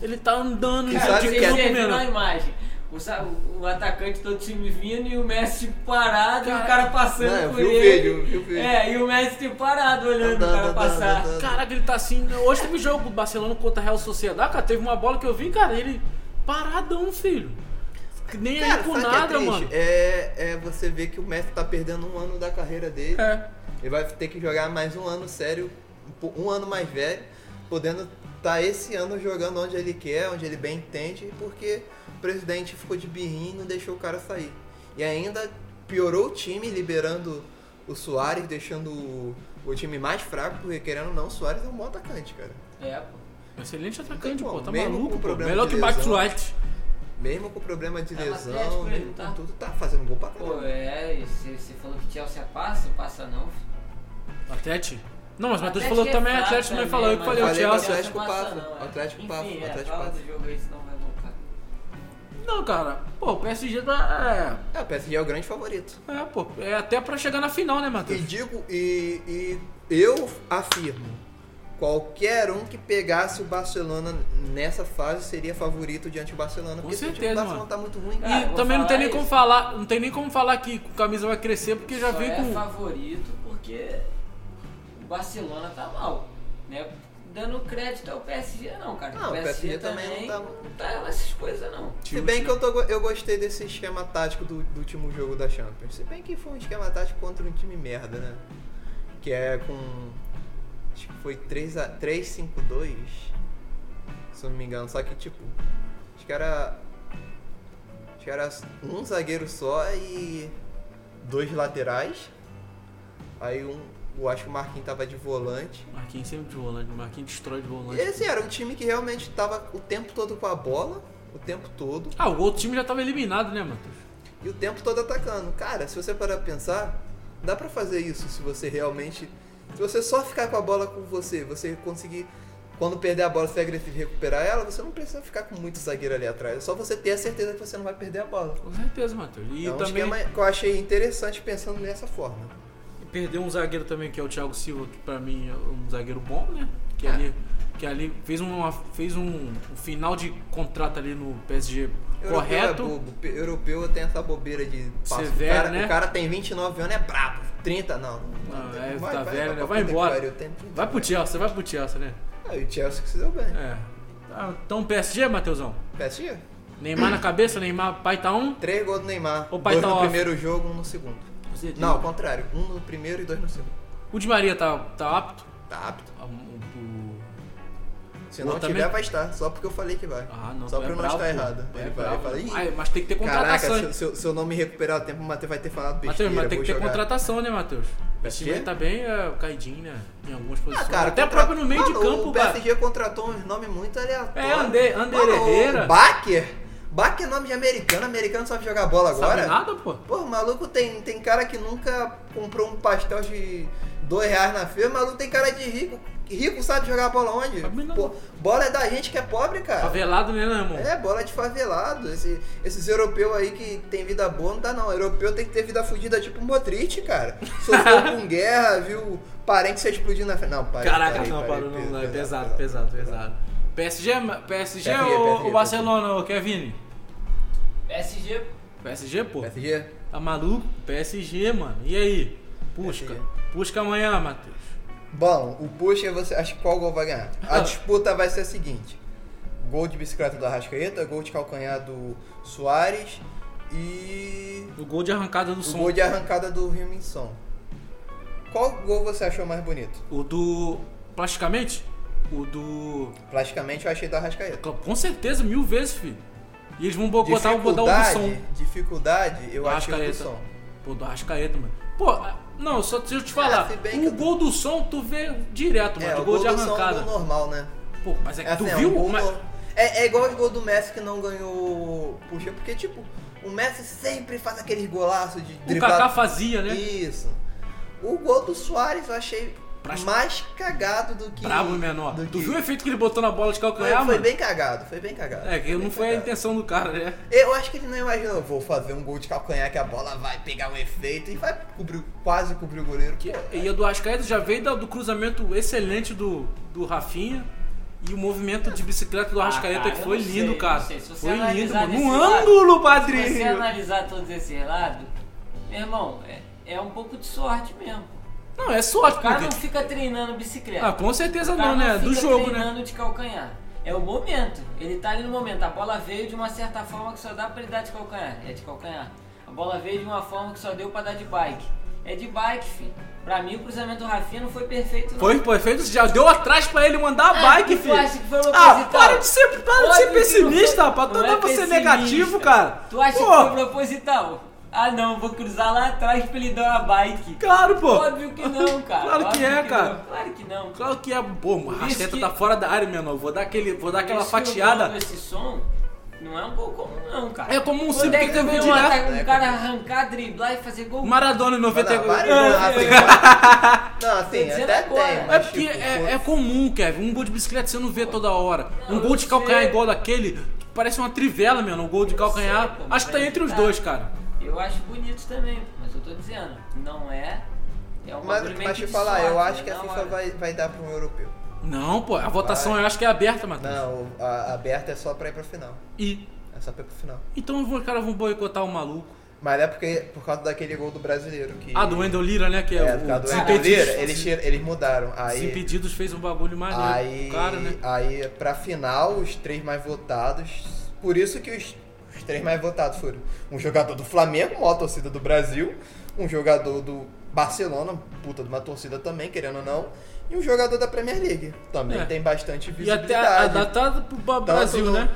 Speaker 1: Ele tá andando em
Speaker 3: Cara,
Speaker 1: cima
Speaker 2: Sabe
Speaker 1: de
Speaker 2: o que é né,
Speaker 3: você
Speaker 1: campo,
Speaker 3: viu na
Speaker 1: mesmo.
Speaker 3: imagem. O, sa- o atacante do time vindo e o Messi tipo, parado e o cara passando
Speaker 2: Não, eu
Speaker 3: por
Speaker 2: vi o
Speaker 3: ele.
Speaker 2: vídeo, eu vi o vídeo.
Speaker 3: É, e o Messi tipo, parado olhando
Speaker 2: Andando,
Speaker 3: o cara
Speaker 2: andando,
Speaker 3: passar.
Speaker 2: andando.
Speaker 1: Caraca, ele tá assim. Hoje teve jogo do Barcelona contra a Real Sociedade, cara. Teve uma bola que eu vi, cara, ele paradão, filho. Nem aí
Speaker 2: Cara,
Speaker 1: com
Speaker 2: sabe o que
Speaker 1: nada,
Speaker 2: é triste?
Speaker 1: mano.
Speaker 2: É, é você ver que o Messi tá perdendo um ano da carreira dele.
Speaker 1: É.
Speaker 2: Ele vai ter que jogar mais um ano sério, um ano mais velho, podendo estar esse ano jogando onde ele quer, onde ele bem entende, porque o presidente ficou de birrinho e não deixou o cara sair. E ainda piorou o time, liberando o Soares, deixando o, o time mais fraco, porque querendo ou não, o Soares é um bom atacante, cara.
Speaker 3: É, pô.
Speaker 1: Excelente atacante,
Speaker 2: Não tem
Speaker 1: pô.
Speaker 2: como.
Speaker 1: Tá
Speaker 2: Mesmo
Speaker 1: maluco,
Speaker 2: com
Speaker 1: pô.
Speaker 2: problema
Speaker 1: Melhor
Speaker 2: de
Speaker 1: que o Max
Speaker 2: lesão.
Speaker 1: White.
Speaker 2: Mesmo com problema de
Speaker 3: Tá
Speaker 2: lesão,
Speaker 3: atlético ele,
Speaker 2: mesmo
Speaker 3: tá?
Speaker 2: com tudo, tá fazendo gol pra caramba.
Speaker 3: Pô, é, e você, você falou que Chelsea passa, passa não. filho.
Speaker 1: Atlético? Não, mas o Matheus
Speaker 3: Atlético
Speaker 1: falou
Speaker 3: é
Speaker 1: também,
Speaker 3: fraco
Speaker 1: Atlético também
Speaker 3: também,
Speaker 1: falou.
Speaker 3: né,
Speaker 1: Eu que
Speaker 3: mas
Speaker 1: falei o
Speaker 2: Falei,
Speaker 1: Chelsea.
Speaker 2: Atlético passa,
Speaker 3: não, é.
Speaker 2: Atlético passa,
Speaker 3: Enfim, é,
Speaker 2: Atlético
Speaker 3: fala
Speaker 2: passa.
Speaker 3: do jogo aí, senão vai voltar.
Speaker 1: Então, cara, pô, o PSG tá.
Speaker 2: É, o PSG é o grande favorito.
Speaker 1: É, é, pô, é até pra chegar na final, né,
Speaker 2: E
Speaker 1: Matheus?
Speaker 2: digo, e, e eu afirmo, qualquer um que pegasse o Barcelona nessa fase seria favorito diante do Barcelona. porque esse time
Speaker 1: certeza,
Speaker 2: do Barcelona
Speaker 1: mano.
Speaker 2: tá muito ruim.
Speaker 3: Ah,
Speaker 1: E
Speaker 3: vou
Speaker 1: também não tem
Speaker 3: falar
Speaker 1: nem como
Speaker 3: isso.
Speaker 1: falar, não tem nem como falar que o camisa vai crescer porque já
Speaker 3: Só
Speaker 1: vem
Speaker 3: é
Speaker 1: com.
Speaker 3: favorito porque o Barcelona tá mal, né? Dando crédito ao PSG não, cara.
Speaker 2: Não,
Speaker 3: o PSG,
Speaker 2: o PSG também não tá-
Speaker 3: não tá essas coisas não.
Speaker 2: Se bem que eu, tô go- eu gostei desse esquema tático do, do último jogo da Champions. Se bem que foi um esquema tático contra um time merda, né? Que é com. Acho que foi 3 a- 3-5-2. Se eu não me engano. Só que, tipo. Acho que era. Acho que era um zagueiro só e. Dois laterais. Aí um. Eu acho que o Marquinhos tava de volante.
Speaker 1: Marquinhos sempre de volante, Marquinhos destrói de volante.
Speaker 2: Esse era um time que realmente tava o tempo todo com a bola. O tempo todo.
Speaker 1: Ah, o outro time já tava eliminado, né, Matheus?
Speaker 2: e o tempo todo atacando. Cara, se você parar pra pensar, dá pra fazer isso se você realmente. Se você só ficar com a bola com você, você conseguir. Quando perder a bola, ser agressivo e recuperar ela, você não precisa ficar com muito zagueiro ali atrás. É só você ter a certeza que você não vai perder a bola.
Speaker 1: Com certeza, Matheus. E
Speaker 2: é um
Speaker 1: também
Speaker 2: esquema que eu achei interessante pensando nessa forma.
Speaker 1: perdeu um zagueiro também, que é o Thiago Silva, que pra mim é um zagueiro bom, né? Que
Speaker 2: É.
Speaker 1: ali, que ali fez, uma, fez um, um final de contrato ali no PSG
Speaker 2: Europeu é
Speaker 1: correto.
Speaker 2: bobo. Pe- Europeu tem essa bobeira de passo.
Speaker 1: Severo,
Speaker 2: o, cara,
Speaker 1: né?
Speaker 2: o cara tem 29 anos, é brabo. 30, não.
Speaker 1: Ah,
Speaker 2: Vai-
Speaker 1: é,
Speaker 2: vai-
Speaker 1: tá velho,
Speaker 2: vai pra
Speaker 1: né?
Speaker 2: puta
Speaker 1: Vai
Speaker 2: que
Speaker 1: embora.
Speaker 2: pariu, tem 30.
Speaker 1: Vai pro Chelsea, vai pro Chelsea, né?
Speaker 2: Ah, e o Chelsea que se deu bem.
Speaker 1: É. Ah, Então PSG, Matheusão.
Speaker 2: PSG?
Speaker 1: Neymar na cabeça, Neymar pai tá um.
Speaker 2: Três gols do Neymar.
Speaker 1: O pai
Speaker 2: dois
Speaker 1: tá
Speaker 2: no
Speaker 1: off.
Speaker 2: primeiro jogo, um no segundo. Não, ao contrário. Um no primeiro e dois no segundo.
Speaker 1: O Di Maria tá, tá apto.
Speaker 2: Tá apto.
Speaker 1: Ah, o- o-
Speaker 2: Se
Speaker 1: Eu
Speaker 2: não
Speaker 1: também-
Speaker 2: tiver, vai estar. Só porque eu falei que vai.
Speaker 1: Ah, não,
Speaker 2: Só
Speaker 1: tu é
Speaker 2: pra eu não
Speaker 1: bravo,
Speaker 2: estar
Speaker 1: pô.
Speaker 2: errado.
Speaker 1: Tu é
Speaker 2: Ele vai,
Speaker 1: bravo.
Speaker 2: ele fala,
Speaker 1: Ah,
Speaker 2: "Ih,
Speaker 1: mas tem que ter
Speaker 2: Caraca,
Speaker 1: contratação.
Speaker 2: se, eu- se eu- se eu não me recuperar a tempo, o Matheus vai ter falado besteira.
Speaker 1: Matheus, mas tem
Speaker 2: vou
Speaker 1: que ter
Speaker 2: jogar.
Speaker 1: contratação, né, Matheus? O
Speaker 2: PSG?
Speaker 1: time tá bem é, caidinho, né? Em algumas
Speaker 2: Ah,
Speaker 1: posições.
Speaker 2: cara,
Speaker 1: Até
Speaker 2: contra-
Speaker 1: próprio no meio
Speaker 2: Mano,
Speaker 1: de campo,
Speaker 2: O
Speaker 1: cara.
Speaker 2: PSG contratou uns nomes muito aleatórios.
Speaker 1: É, Ander- Ander Herrera.
Speaker 2: Baker? Baker é nome de americano. Americano sabe jogar bola agora.
Speaker 1: Sabe nada, pô?
Speaker 2: Pô, o maluco tem, tem cara que nunca comprou um pastel de dois reais na feira, o maluco tem cara de rico. Rico sabe jogar bola onde?
Speaker 1: Sabe não.
Speaker 2: Pô, bola é da gente que é pobre, cara.
Speaker 1: Favelado, né, né, irmão?
Speaker 2: É, bola de favelado. Esse- esses europeus aí que tem vida boa não dá não. Europeu tem que ter vida fudida tipo um Modric, cara. Sofreu
Speaker 1: <laughs>
Speaker 2: com guerra, viu parente se explodindo na frente. Não, parei,
Speaker 1: Caraca,
Speaker 2: parei,
Speaker 1: não,
Speaker 2: parei,
Speaker 1: parou, não,
Speaker 2: pe-
Speaker 1: não. É pesado, pesado, pesado. PSG, é ma- PSG
Speaker 2: PSG,
Speaker 1: ou
Speaker 2: PSG.
Speaker 1: o Barcelona, ô Kevin?
Speaker 3: PSG
Speaker 1: PSG, pô.
Speaker 2: PSG?
Speaker 1: Tá maluco? PSG, mano. E aí? Pusca.
Speaker 2: PSG.
Speaker 1: Pusca amanhã, Matheus.
Speaker 2: Bom, o push é você. Acho que qual gol vai ganhar?
Speaker 1: Ah.
Speaker 2: A disputa vai ser a seguinte: gol de bicicleta do Arrascaeta, gol de calcanhar do Soares e.
Speaker 1: O gol de arrancada do
Speaker 2: o
Speaker 1: som.
Speaker 2: gol de arrancada do Rimson. Qual gol você achou mais bonito?
Speaker 1: O do. Plasticamente? O do.
Speaker 2: Praticamente eu achei do Arrascaeta.
Speaker 1: Com certeza, mil vezes, filho. E eles vão botar, um, vão botar o do som.
Speaker 2: dificuldade, eu
Speaker 1: Do
Speaker 2: achei o do
Speaker 1: Arrascaeta.
Speaker 2: som.
Speaker 1: Pô, do Arrascaeta, mano. Pô, ah, não, só deixa eu te falar.
Speaker 2: se bem que
Speaker 1: o
Speaker 2: eu-
Speaker 1: gol do som tu vê direto, mano.
Speaker 2: É,
Speaker 1: o
Speaker 2: o
Speaker 1: gol, de
Speaker 2: do som é um
Speaker 1: arrancada.
Speaker 2: gol normal, né?
Speaker 1: Pô, mas é que
Speaker 2: É,
Speaker 1: tu
Speaker 2: assim, é um
Speaker 1: viu?
Speaker 2: gol
Speaker 1: mas-
Speaker 2: no- é, é igual o gol do Messi que não ganhou puxa, porque tipo, o Messi sempre faz aqueles golaços de
Speaker 1: O
Speaker 2: driblar
Speaker 1: Kaká fazia, né?
Speaker 2: Isso. O gol do Soares eu achei
Speaker 1: Pra-
Speaker 2: mais cagado do que.
Speaker 1: Bravo e menor.
Speaker 2: do
Speaker 1: Tu
Speaker 2: que-
Speaker 1: viu o efeito que ele botou na bola de
Speaker 2: Foi,
Speaker 1: calcanhar,
Speaker 2: foi
Speaker 1: mano?
Speaker 2: bem cagado, foi bem cagado.
Speaker 1: É, que
Speaker 2: Foi
Speaker 1: não
Speaker 2: bem
Speaker 1: foi a
Speaker 2: cagado.
Speaker 1: intenção do cara, né?
Speaker 2: Eu acho que ele não imaginou, vou fazer um gol de calcanhar que a bola vai pegar um efeito e vai cobrir, quase cobrir o goleiro.
Speaker 1: Que-
Speaker 2: Pô,
Speaker 1: E a do Arrascaeta já veio da- do cruzamento excelente do, do Rafinha. E o movimento de bicicleta do
Speaker 3: Ah,
Speaker 1: Arrascaeta
Speaker 3: cara,
Speaker 1: que
Speaker 3: eu
Speaker 1: foi
Speaker 3: não sei,
Speaker 1: lindo,
Speaker 3: não
Speaker 1: cara.
Speaker 3: sei. Se você
Speaker 1: Foi lindo,
Speaker 3: analisar
Speaker 1: mano.
Speaker 3: desse
Speaker 1: Um
Speaker 3: lado-
Speaker 1: ângulo,
Speaker 3: Se você
Speaker 1: padrinho!
Speaker 3: analisar todos esses lados, meu irmão, é, é um pouco de sorte mesmo.
Speaker 1: Não, é sorte,
Speaker 3: O cara
Speaker 1: porque...
Speaker 3: não fica treinando bicicleta.
Speaker 1: Ah, com certeza
Speaker 3: O cara
Speaker 1: não, né?
Speaker 3: Tá, fica
Speaker 1: Do jogo, né?
Speaker 3: treinando de calcanhar. É o momento. Ele tá ali no momento. A bola veio de uma certa forma que só dá pra ele dar de calcanhar. É de calcanhar. A bola veio de uma forma que só deu pra dar de bike. É de bike, filho. Pra mim, o cruzamento do Rafinha não foi perfeito, não.
Speaker 1: Foi perfeito, já deu atrás pra ele mandar a
Speaker 3: Ah,
Speaker 1: bike,
Speaker 3: tu
Speaker 1: filho.
Speaker 3: acha que foi
Speaker 1: ah,
Speaker 3: proposital?
Speaker 1: para de ser, para de
Speaker 3: Óbvio
Speaker 1: ser
Speaker 3: que
Speaker 1: pessimista,
Speaker 3: não foi-
Speaker 1: rapaz. Toda
Speaker 3: não
Speaker 1: é
Speaker 3: é
Speaker 1: você
Speaker 3: pessimista.
Speaker 1: negativo, cara.
Speaker 3: Tu acha
Speaker 1: Pô,
Speaker 3: que foi proposital? Ah, não, vou cruzar lá atrás pra ele dar uma bike.
Speaker 1: Claro, pô.
Speaker 3: Óbvio que não, cara.
Speaker 1: Claro que
Speaker 3: Óbvio
Speaker 1: é, cara.
Speaker 3: não. Claro que não.
Speaker 1: Claro que é bom, a Rascaeta
Speaker 3: que-
Speaker 1: tá fora da área, menor. Vou dar, aquele, vou dar aquela
Speaker 3: Isso que eu
Speaker 1: fatiada.
Speaker 3: falo, Esse som não é um gol comum, não, cara.
Speaker 1: É comum sim,
Speaker 3: Quando é
Speaker 1: porque
Speaker 3: que
Speaker 1: tem
Speaker 3: tu vê
Speaker 1: gol
Speaker 3: um,
Speaker 1: direto.
Speaker 3: ataque, um cara arrancar, driblar e fazer gol?
Speaker 1: Maradona em
Speaker 2: mas
Speaker 1: 90
Speaker 2: não, vários gols
Speaker 1: É,
Speaker 2: assim, Não,
Speaker 3: Tô
Speaker 2: assim,
Speaker 3: dizendo
Speaker 2: até
Speaker 3: agora.
Speaker 2: tem,
Speaker 1: É
Speaker 2: mas
Speaker 1: porque
Speaker 2: tipo,
Speaker 1: é, é comum, Kevin. Um gol de bicicleta você não vê toda hora.
Speaker 3: Não,
Speaker 1: um gol
Speaker 3: eu
Speaker 1: de calcanhar
Speaker 3: sei.
Speaker 1: igual daquele, Parece uma trivela, mano, o gol de
Speaker 3: Eu
Speaker 1: calcanhar.
Speaker 3: sei, pô, mas
Speaker 1: Acho que tá
Speaker 3: aí
Speaker 1: entre os
Speaker 3: tá.
Speaker 1: dois, cara.
Speaker 3: Eu acho bonito também, mas eu tô dizendo, não é. É um
Speaker 2: Mas,
Speaker 3: bagulho meio
Speaker 2: mas
Speaker 3: que
Speaker 2: te
Speaker 3: de
Speaker 2: falar,
Speaker 3: sorte,
Speaker 2: eu acho
Speaker 3: né?
Speaker 2: que a
Speaker 3: Na
Speaker 2: FIFA
Speaker 1: é.
Speaker 3: hora.
Speaker 2: vai, vai dar pra um europeu.
Speaker 1: Não, pô, a votação eu acho que é aberta, Matheus.
Speaker 2: Não, o- a aberta é só pra ir pra final.
Speaker 1: E.
Speaker 2: É só pra ir pra final.
Speaker 1: Então, eu vou, cara, vão boicotar o maluco.
Speaker 2: Mas é porque por causa daquele gol do brasileiro que.
Speaker 1: Ah, do Wendel Lira, né? Que é,
Speaker 2: É,
Speaker 1: o
Speaker 2: por causa do
Speaker 1: Desimpedidos-
Speaker 2: brasileiro, eles, tira- eles mudaram. Aí.
Speaker 1: Desimpedidos fez um bagulho maneiro.
Speaker 2: Aí,
Speaker 1: Cara, né?
Speaker 2: aí, pra final, os três mais votados. Por isso que os, os três mais votados foram um jogador do Flamengo, uma torcida do Brasil, um jogador do Barcelona, puta de uma torcida também, querendo ou não, e um jogador da Premier League. Também
Speaker 1: É.
Speaker 2: tem bastante
Speaker 1: E
Speaker 2: visibilidade. Então,
Speaker 1: até a- adaptado pro ba-
Speaker 2: Tanto
Speaker 1: Brasil,
Speaker 2: no-
Speaker 1: né?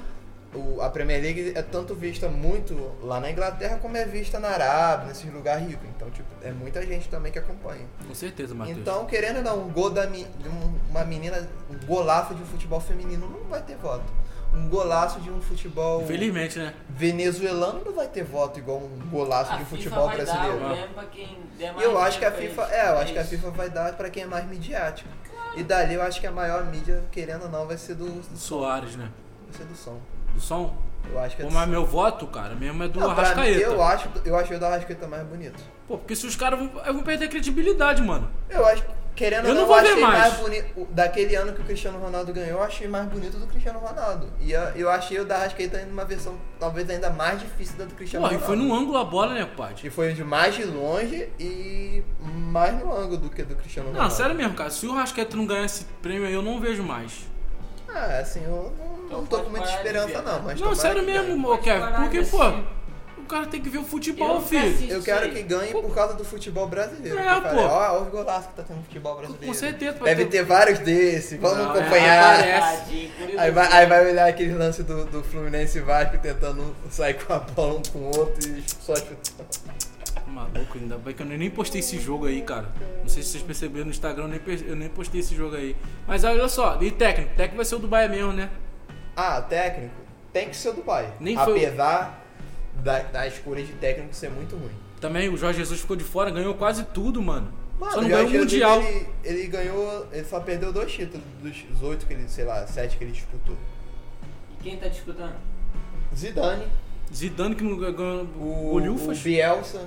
Speaker 2: o- a Premier League é tanto vista muito lá na Inglaterra como é vista na Arábia, nesses lugares ricos. Então, tipo, é muita gente também que acompanha.
Speaker 1: Com certeza, Matheus.
Speaker 2: Então, querendo ou não, um gol da mi- de um- uma menina, um golaço de um futebol feminino não vai ter voto. Um golaço de um futebol
Speaker 1: Infelizmente, né?
Speaker 2: venezuelano não vai ter voto igual um golaço
Speaker 3: A
Speaker 2: de um
Speaker 3: FIFA
Speaker 2: futebol
Speaker 3: vai dar
Speaker 2: brasileiro.
Speaker 1: né?
Speaker 3: mesmo pra quem der
Speaker 2: E
Speaker 3: mais
Speaker 2: eu acho que a
Speaker 3: dinheiro
Speaker 2: FIFA,
Speaker 3: pra
Speaker 2: é, eu
Speaker 3: eles.
Speaker 2: acho que a FIFA vai dar pra quem é mais midiático. E dali eu acho que a maior mídia, querendo ou não, vai ser do, do,
Speaker 1: Soares, né?
Speaker 2: vai ser do som.
Speaker 1: Do som?
Speaker 2: Eu acho que é
Speaker 1: Pô,
Speaker 2: do
Speaker 1: mas meu voto, cara, mesmo é do
Speaker 2: Não, pra mim,
Speaker 1: Arrascaeta.
Speaker 2: eu acho, eu acho o da Arrascaeta mais bonito.
Speaker 1: Pô, porque se os caras vão, eu vou perder a credibilidade, mano.
Speaker 2: Eu acho, querendo
Speaker 1: Eu
Speaker 2: ou
Speaker 1: não
Speaker 2: não, eu
Speaker 1: vou ver
Speaker 2: achei
Speaker 1: mais.
Speaker 2: mais, bonito. o- Daquele ano que o Cristiano Ronaldo ganhou, eu achei mais bonito do Cristiano Ronaldo. E eu, eu achei o da Arrascaeta ainda uma versão talvez ainda mais difícil da do Cristiano
Speaker 1: Porra, e
Speaker 2: Ronaldo.
Speaker 1: foi num ângulo a bola, né, Paty?
Speaker 2: E é foi de mais de longe e mais no ângulo do que do Cristiano
Speaker 1: Não,
Speaker 2: Ronaldo.
Speaker 1: sério mesmo, cara. Se o Arrascaeta não ganhar esse prêmio aí, eu não vejo mais.
Speaker 2: Ah, assim, eu não,
Speaker 3: Então
Speaker 2: não tô
Speaker 3: pode
Speaker 2: com muita
Speaker 3: parar de
Speaker 2: esperança
Speaker 3: ver.
Speaker 2: não, mas
Speaker 1: não,
Speaker 2: tomara
Speaker 1: sério
Speaker 2: que ganhe.
Speaker 1: mesmo,
Speaker 3: Pode
Speaker 1: Kevin.
Speaker 3: parar
Speaker 1: Porque,
Speaker 3: de
Speaker 1: pô,
Speaker 3: assistir.
Speaker 1: o cara tem que ver o
Speaker 3: Eu
Speaker 1: futebol,
Speaker 3: nunca
Speaker 1: filho.
Speaker 3: assisti.
Speaker 2: Eu
Speaker 3: Isso
Speaker 2: quero
Speaker 3: aí.
Speaker 2: que ganhe por causa do futebol brasileiro.
Speaker 1: É,
Speaker 2: que eu falei,
Speaker 1: pô.
Speaker 2: Ó, os golaços que tá tendo no futebol braceleiro.
Speaker 1: certeza, vai
Speaker 2: Deve
Speaker 1: ter- um
Speaker 2: ter vários desses, vamos
Speaker 1: Não, é,
Speaker 2: acompanhar.
Speaker 1: aparece.
Speaker 3: Tadinho, curioso.
Speaker 2: Aí vai, aí vai olhar aquele lance do, do Fluminense e Vasco tentando sair com a bola um com o outro e só chutando.
Speaker 1: Tá Maluco, ainda bem que eu nem postei esse jogo aí, cara. Não sei se vocês perceberam no Instagram, eu nem, pe- eu nem postei esse jogo aí. Mas olha só, e técnico? Técnico vai ser o do Bahia mesmo, né?
Speaker 2: Ah, técnico? Tem que ser o Dubai.
Speaker 1: Nem foi-
Speaker 2: Apesar da, da escolha de técnico ser muito ruim.
Speaker 1: Também o Jorge Jesus ficou de fora, ganhou quase tudo, mano. Só não
Speaker 2: o
Speaker 1: ganhou o
Speaker 2: Jorge Jesus,
Speaker 1: Mundial.
Speaker 2: Ele, ele ganhou, ele só perdeu dois títulos dos oito que ele, sei lá, sete que ele disputou.
Speaker 3: E quem tá disputando?
Speaker 2: Zidane,
Speaker 1: Zidane que não ganhou
Speaker 2: o,
Speaker 1: o Lufas.
Speaker 2: o Bielsa.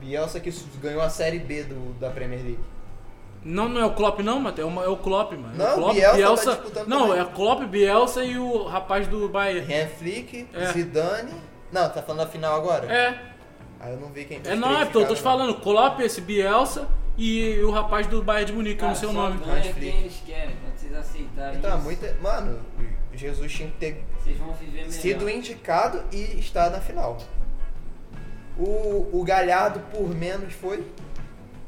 Speaker 2: Bielsa que ganhou a Série B do, da Premier League.
Speaker 1: Não, não é o Klopp não, Matheus, é o- é o Klopp, mano.
Speaker 2: Não,
Speaker 1: o Klopp,
Speaker 2: o Bielsa tá disputando
Speaker 1: não,
Speaker 2: também.
Speaker 1: é o Klopp, Bielsa e o rapaz do Bahia.
Speaker 2: Ryan Flick,
Speaker 1: É.
Speaker 2: Zidane... Não, tá falando da final agora?
Speaker 1: É,
Speaker 2: Aí eu não vi quem
Speaker 1: é não, é,
Speaker 2: eu
Speaker 1: eu tô te falando, Klopp, esse Bielsa e o rapaz do Bahia de Munique, que eu não
Speaker 3: Cara,
Speaker 1: sei o
Speaker 3: só
Speaker 1: nome.
Speaker 3: ganha
Speaker 2: Netflix.
Speaker 3: quem eles querem, quando vocês aceitarem
Speaker 2: Então,
Speaker 3: isso,
Speaker 2: muito. Mano, Jesus tinha que ter
Speaker 3: vocês vão viver melhor.
Speaker 2: sido indicado e estar na final. O, o Galhardo, por menos, foi.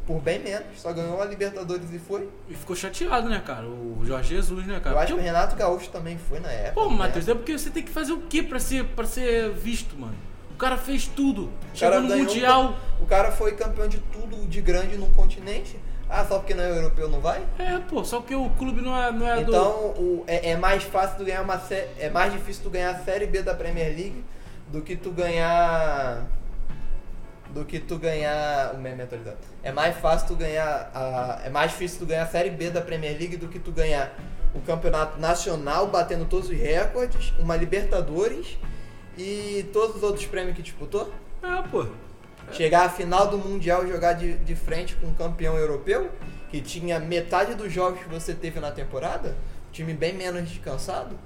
Speaker 2: Por bem menos. Só ganhou a Libertadores e foi.
Speaker 1: E ficou chateado, né, cara? O Jorge Jesus, né, cara?
Speaker 2: Eu acho que o
Speaker 1: Porque-
Speaker 2: Renato Gaúcho também foi na época.
Speaker 1: Pô,
Speaker 2: né?
Speaker 1: Matheus, é porque você tem que fazer o que pra ser, pra ser visto, mano? O cara fez tudo.
Speaker 2: O cara
Speaker 1: Chegou no
Speaker 2: ganhou- um
Speaker 1: Mundial.
Speaker 2: O cara foi campeão de tudo de grande no continente. Ah, só porque não é europeu não vai?
Speaker 1: É, pô, só que o clube não é, não é do.
Speaker 2: Então o- é, é mais fácil tu ganhar uma sé- é mais difícil tu ganhar a série B da Premier League do que tu ganhar do que tu ganhar o meme atualizado. É mais fácil tu ganhar a é mais difícil tu ganhar a série B da Premier League do que tu ganhar o campeonato nacional batendo todos os recordes, uma Libertadores e todos os outros prêmios que disputou.
Speaker 1: É, pô.
Speaker 2: Chegar à final do Mundial e jogar de, de frente com um campeão europeu, que tinha metade dos jogos que você teve na temporada, time bem menos descansado.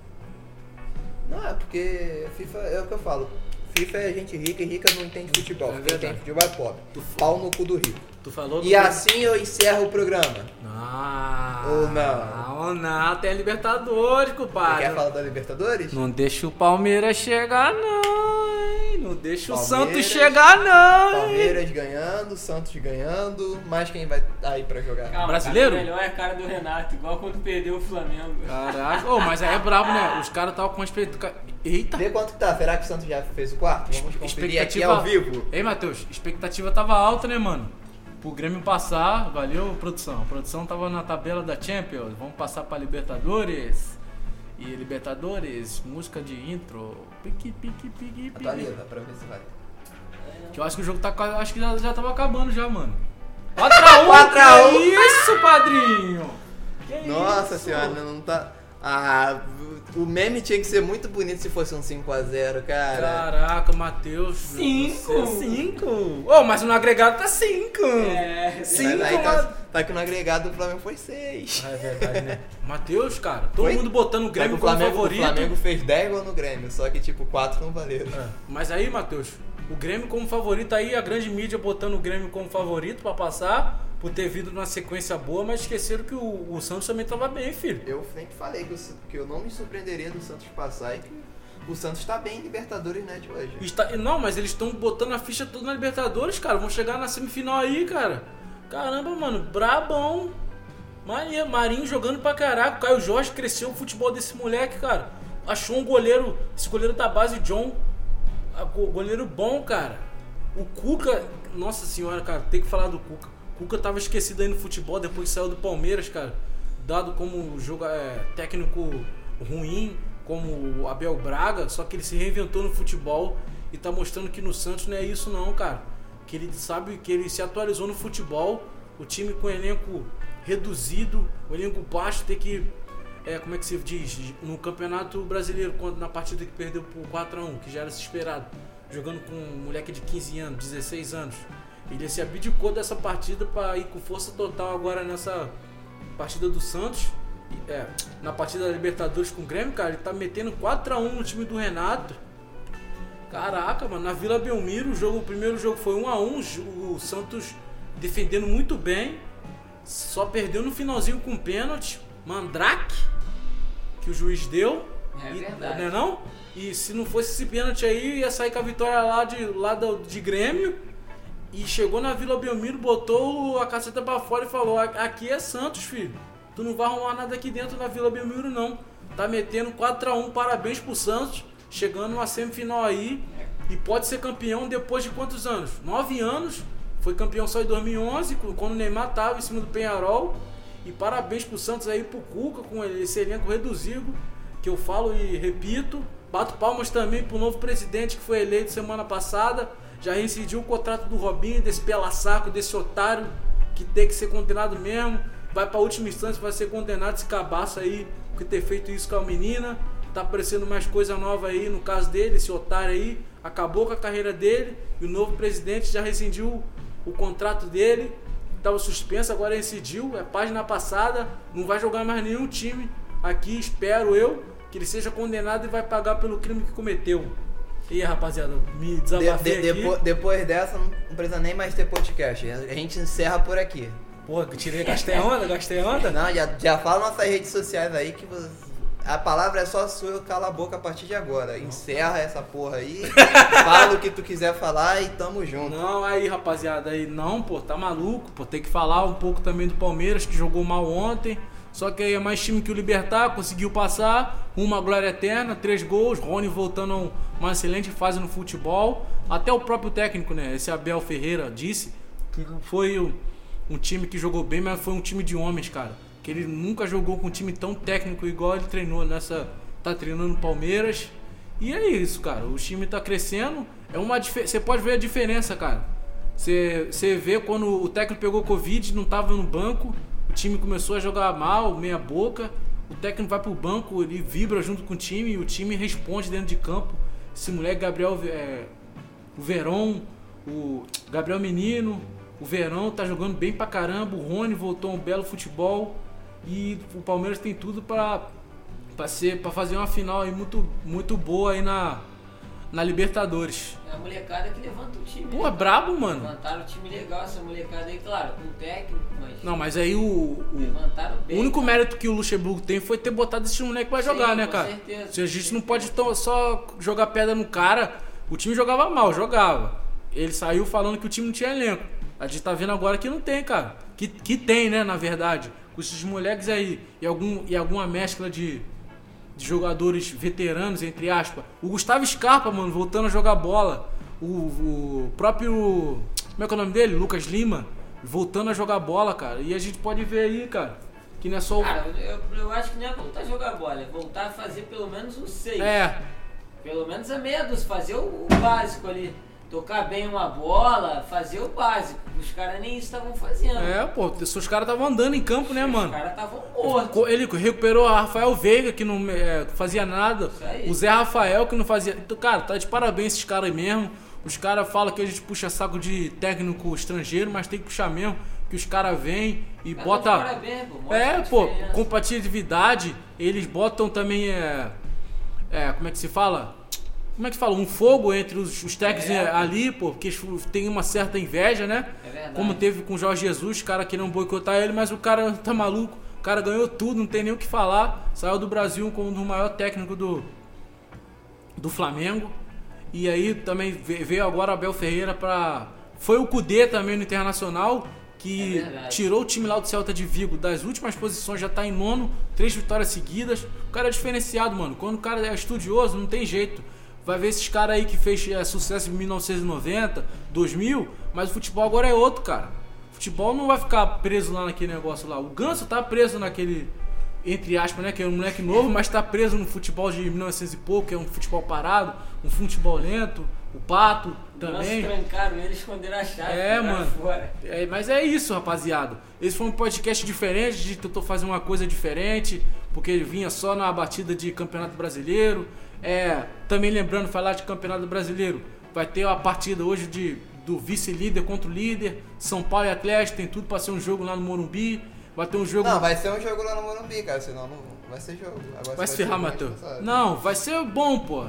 Speaker 2: Não, é porque FIFA é o que eu falo. FIFA é gente rica e rica não entende futebol.
Speaker 1: É
Speaker 2: Quem
Speaker 1: verdade.
Speaker 2: entende futebol é pobre.
Speaker 1: Tu f-
Speaker 2: Pau no cu do rico.
Speaker 1: Tu falou do.
Speaker 2: E assim eu encerro o programa.
Speaker 1: Ah,
Speaker 2: Ou não?
Speaker 1: Ou não, tem a Libertadores,
Speaker 2: Você
Speaker 1: compadre.
Speaker 2: quer falar da Libertadores?
Speaker 1: Não deixa o Palmeiras chegar, não, hein? Não deixa o Santos
Speaker 2: Palmeiras-
Speaker 1: chegar, não, hein?
Speaker 2: Palmeiras ganhando, Santos ganhando, mas quem vai aí pra jogar?
Speaker 3: Calma,
Speaker 1: Brasileiro?
Speaker 3: Cara, o melhor é a cara do Renato, igual quando perdeu o Flamengo.
Speaker 1: Caraca, ô, mas aí é brabo, né? Os caras estavam com uma expectativa. Eita!
Speaker 2: Vê quanto que tá. Será que o Santos já fez o quarto? Vamos conferir aqui
Speaker 1: Expectativa
Speaker 2: ao vivo.
Speaker 1: Ei, Matheus, expectativa tava alta, né, mano? Pro Grêmio passar, valeu, produção. A produção tava na tabela da Champions. Vamos passar pra Libertadores. E Libertadores, música de intro. Pique, pique, pique,
Speaker 2: Tá
Speaker 1: pique.
Speaker 2: Atualiza pra ver se vai.
Speaker 1: Que eu acho que o jogo tá quase. Acho que já, já tava acabando já,
Speaker 2: <laughs>
Speaker 1: mano. 4x1!
Speaker 2: 4 a 1.
Speaker 1: é Isso, padrinho!
Speaker 3: Que
Speaker 2: Nossa
Speaker 3: isso?
Speaker 2: senhora, não tá. Ah, o meme tinha que ser muito bonito se fosse um 5x0, cara. é.
Speaker 1: Caraca, Matheus. é
Speaker 3: Cinco.
Speaker 1: 5? Oh, mas no agregado tá 5.
Speaker 3: É,
Speaker 2: Mas
Speaker 1: Cinco.
Speaker 2: aí
Speaker 1: Ma-
Speaker 2: tá, tá que no agregado o Flamengo foi 6.
Speaker 1: Ah, é verdade,
Speaker 2: <laughs>
Speaker 1: né? Matheus, cara, todo
Speaker 2: Foi?
Speaker 1: mundo botando o Grêmio
Speaker 2: o
Speaker 1: como
Speaker 2: Flamengo, o
Speaker 1: favorito.
Speaker 2: Flamengo fez 10 gols no Grêmio, só que tipo 4 não valeram.
Speaker 1: É, Mas aí, Matheus, o Grêmio como favorito aí, a grande mídia botando o Grêmio como favorito pra passar, por ter vindo numa sequência boa, mas esqueceram que o, o Santos também tava bem, filho.
Speaker 2: Eu sempre falei que, o Sa- que eu não me surpreenderia do Santos passar e que o Santos tá bem em Libertadores, né, de hoje.
Speaker 1: Está- não, mas eles estão botando a ficha toda na Libertadores, cara. Vão chegar na semifinal aí, cara. Caramba, mano, brabão. Maneiro, Marinho jogando pra caraca. Caio Jorge cresceu o futebol desse moleque, cara. Achou um goleiro, esse goleiro da base, John. a- go- Goleiro bom, cara. O Cuca, nossa senhora, cara, tem que falar do Cuca. O Cuca tava esquecido aí no futebol depois que saiu do Palmeiras, cara. Dado como jogo, é, técnico ruim, como o Abel Braga, só que ele se reinventou no futebol e tá mostrando que no Santos não é isso não, cara que ele sabe que ele se atualizou no futebol, o time com elenco reduzido, o elenco baixo tem que é, como é que se diz, no Campeonato Brasileiro, quando na partida que perdeu por 4 a 1, que já era se esperado, jogando com um moleque de 15 anos, 16 anos. Ele se abdicou dessa partida para ir com força total agora nessa partida do Santos. E, é, na partida da Libertadores com o Grêmio, cara, ele tá metendo 4 a 1 no time do Renato. Caraca, mano, na Vila Belmiro, o, jogo, o primeiro jogo foi 1 a 1 o Santos defendendo muito bem, só perdeu no finalzinho com um pênalti, Mandrake, que o juiz deu.
Speaker 3: É
Speaker 1: e,
Speaker 3: verdade.
Speaker 1: Né não? E se não fosse esse pênalti aí, ia sair com a vitória lá de, lá da- de Grêmio. E chegou na Vila Belmiro, botou a caceta pra fora e falou: "A- Aqui é Santos, filho. Tu não vai arrumar nada aqui dentro da Vila Belmiro, não. Tá metendo 4x1, parabéns pro Santos. Chegando numa semifinal aí. E pode ser campeão depois de quantos anos? Nove anos. Foi campeão só em 2011, cu- quando o Neymar tava em cima do Penharol. E parabéns pro Santos aí, pro Cuca, com esse elenco reduzido, que eu falo e repito. Bato palmas também pro novo presidente que foi eleito semana passada. Já rescindiu o contrato do Robinho, desse pela-saco, desse otário, que tem que ser condenado mesmo. Vai pra última instância, vai ser condenado esse cabaço aí, por ter feito isso com a menina. Tá aparecendo mais coisa nova aí, no caso dele, esse otário aí. Acabou com a carreira dele e o novo presidente já rescindiu o contrato dele estava suspenso, agora decidiu, é página passada, não vai jogar mais nenhum time aqui, espero eu, que ele seja condenado e vai pagar pelo crime que cometeu. E aí, rapaziada, me
Speaker 2: De-
Speaker 1: desabafei
Speaker 2: de-
Speaker 1: aqui.
Speaker 2: depo- depois dessa, não precisa nem mais ter podcast. A gente encerra por aqui.
Speaker 1: Porra, que tirei, gastei onda, gastei onda.
Speaker 2: Não, já, já fala nossas redes sociais aí que você- a palavra é só sua, eu cala a boca a partir de agora. Encerra essa porra aí,
Speaker 1: <laughs>
Speaker 2: fala o que tu quiser falar e tamo junto.
Speaker 1: Não, aí, rapaziada, aí não, pô, tá maluco, pô, tem que falar um pouco também do Palmeiras, que jogou mal ontem, só que aí é mais time que o Libertar, conseguiu passar, uma glória eterna, três gols, Rony voltando a um- uma excelente fase no futebol, até o próprio técnico, né, esse Abel Ferreira disse que foi o- um time que jogou bem, mas foi um time de homens, cara, que ele nunca jogou com um time tão técnico igual ele treinou nessa, tá treinando no Palmeiras, e é isso, cara. O time tá crescendo. É uma dife- Você pode ver a diferença, cara. Você você vê quando o técnico pegou Covid, não tava no banco, o time começou a jogar mal, meia boca. O técnico vai pro banco, ele vibra junto com o time e o time responde dentro de campo. Esse moleque, Gabriel é, o Verón, o Gabriel Menino, o Verão tá jogando bem pra caramba, o Rony voltou a um belo futebol e o Palmeiras tem tudo pra para ser para fazer uma final aí muito muito boa aí na na Libertadores.
Speaker 3: É a molecada que levanta o time.
Speaker 1: Pô, é
Speaker 3: né?
Speaker 1: brabo, mano.
Speaker 3: Levantaram o time legal essa molecada aí, claro, com o técnico, mas
Speaker 1: Não, mas aí o, o
Speaker 3: levantaram
Speaker 1: o
Speaker 3: bem. tá?
Speaker 1: único mérito que o Luxemburgo tem foi ter botado esse moleque pra
Speaker 3: Sim,
Speaker 1: jogar, né,
Speaker 3: com
Speaker 1: cara?
Speaker 3: certeza.
Speaker 1: Se a gente não pode tão- só jogar pedra no cara, o time jogava mal, jogava. Ele saiu falando que o time não tinha elenco. A gente tá vendo agora que não tem, cara. Que, que tem, né, na verdade. Com esses moleques aí e, algum, e alguma mescla de, de jogadores veteranos, entre aspas. O Gustavo Scarpa, mano, voltando a jogar bola. O, o próprio. Como é que é o nome dele? Lucas Lima. Voltando a jogar bola, cara. E a gente pode ver aí, cara. Que não é só o.
Speaker 3: Cara, eu, eu acho que não é voltar a jogar bola, é voltar a fazer pelo menos o 6.
Speaker 1: É,
Speaker 3: Pelo menos a meia dos fazer o, o básico ali. Tocar bem uma bola, fazer o básico. Os caras nem isso estavam fazendo.
Speaker 1: É, pô, se os caras estavam andando em campo, né,
Speaker 3: Os
Speaker 1: mano?
Speaker 3: caras estavam mortos.
Speaker 1: Co- Ele recuperou a Rafael Veiga, que não é, fazia nada.
Speaker 3: aí.
Speaker 1: O Zé Rafael, que não fazia. Então, cara, tá de parabéns esses caras aí mesmo. Os caras falam que a gente puxa saco de técnico estrangeiro, mas tem que puxar mesmo. Que os caras vêm e
Speaker 3: Cara,
Speaker 1: bota.
Speaker 3: tá de parabéns, pô, mostra
Speaker 1: é,
Speaker 3: a
Speaker 1: pô,
Speaker 3: diferença.
Speaker 1: compatibilidade. Eles botam também. É, é, como é que se fala? Como é que fala? Um fogo entre os, os técnicos
Speaker 3: É.
Speaker 1: é, ali, pô, porque eles têm uma certa inveja, né?
Speaker 3: É verdade.
Speaker 1: Como teve com o Jorge Jesus, o cara querendo boicotar ele, mas o cara tá maluco. O cara ganhou tudo, não tem nem o que falar. Saiu do Brasil como um dos maior técnico do, do Flamengo. E aí também ve- veio agora Abel Ferreira pra. Foi o Cudê também no Internacional,
Speaker 3: É
Speaker 1: que
Speaker 3: verdade.
Speaker 1: tirou o time lá do Celta de Vigo das últimas posições, já tá em nono, três vitórias seguidas. O cara é diferenciado, mano. Quando o cara é estudioso, não tem jeito. Vai ver esses caras aí que fez eh, sucesso em 1990, 2000, mas o futebol agora é outro, cara. O futebol não vai ficar preso lá naquele negócio lá. O Ganso tá preso naquele, entre aspas, né? Que é um moleque novo, mas tá preso no futebol de 1900 e pouco, que é um futebol parado, um futebol lento. O Pato também.
Speaker 3: Nossa, trancaram ele, esconderam a chave.
Speaker 1: É,
Speaker 3: jogaram
Speaker 1: mano.
Speaker 3: Fora.
Speaker 1: É, mas é isso, rapaziada. Esse foi um podcast diferente, de tentou fazer uma coisa diferente, porque ele vinha só na batida de Campeonato Brasileiro. É, também lembrando, falar de Campeonato Brasileiro, vai ter a partida hoje de, do vice-líder contra o líder, São Paulo e Atlético, tem tudo pra ser um jogo lá no Morumbi. Vai ter um jogo.
Speaker 2: Não, vai ser um jogo lá no Morumbi, cara, senão não vai ser jogo. Agora
Speaker 1: Vai se
Speaker 2: ser um
Speaker 1: ferrar,
Speaker 2: jogo,
Speaker 1: Matheus.
Speaker 2: mas sabe.
Speaker 1: Não, vai ser bom, pô.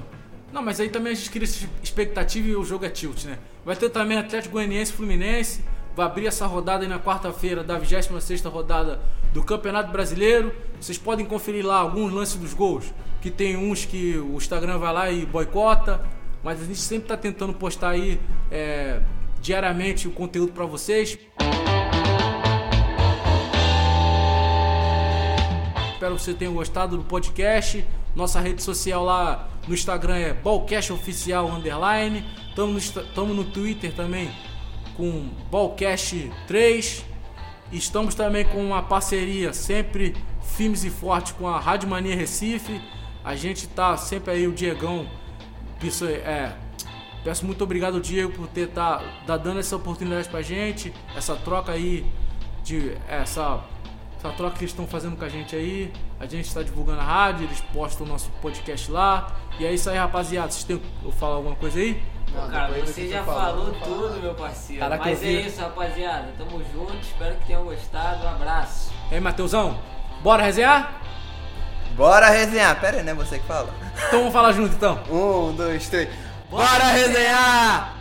Speaker 1: Não, mas aí também a gente cria essa expectativa e o jogo é tilt, né? Vai ter também Atlético Goianiense e Fluminense. Vai abrir essa rodada aí na quarta-feira da 26 rodada do Campeonato Brasileiro. Vocês podem conferir lá alguns lances dos gols. Que tem uns que o Instagram vai lá e boicota. Mas a gente sempre tá tentando postar aí é, diariamente o conteúdo pra vocês. Espero que você tenha gostado do podcast. Nossa rede social lá no Instagram é Ballcast Oficial Underline. Tamo no, Insta- tamo no Twitter também com Ballcast3. Estamos também com uma parceria sempre firmes e forte com a Rádio Mania Recife. A gente tá sempre aí, o Diegão. Pisso- É, Peço muito obrigado, Diego, por ter tá, tá dando essa oportunidade pra gente, essa troca aí, de, essa, essa troca que eles estão fazendo com a gente aí. A gente está divulgando a rádio, eles postam o nosso podcast lá. E é isso aí, rapaziada. Vocês têm que falar alguma coisa aí?
Speaker 2: Não,
Speaker 3: Pô, cara,
Speaker 2: depois do que
Speaker 3: você
Speaker 2: tu
Speaker 3: já
Speaker 2: falou,
Speaker 3: falou
Speaker 2: eu vou
Speaker 3: tudo,
Speaker 2: falar.
Speaker 3: meu parceiro.
Speaker 1: Caraca,
Speaker 3: Mas
Speaker 1: eu
Speaker 3: é
Speaker 1: vi-
Speaker 3: isso, rapaziada. Tamo junto. Espero que tenham gostado. Um abraço.
Speaker 1: E aí, Matheusão, bora resenhar?
Speaker 2: Bora resenhar. Pera aí, não é você que fala.
Speaker 1: Então vamos falar junto então.
Speaker 2: Um, dois, três. Bora resenhar!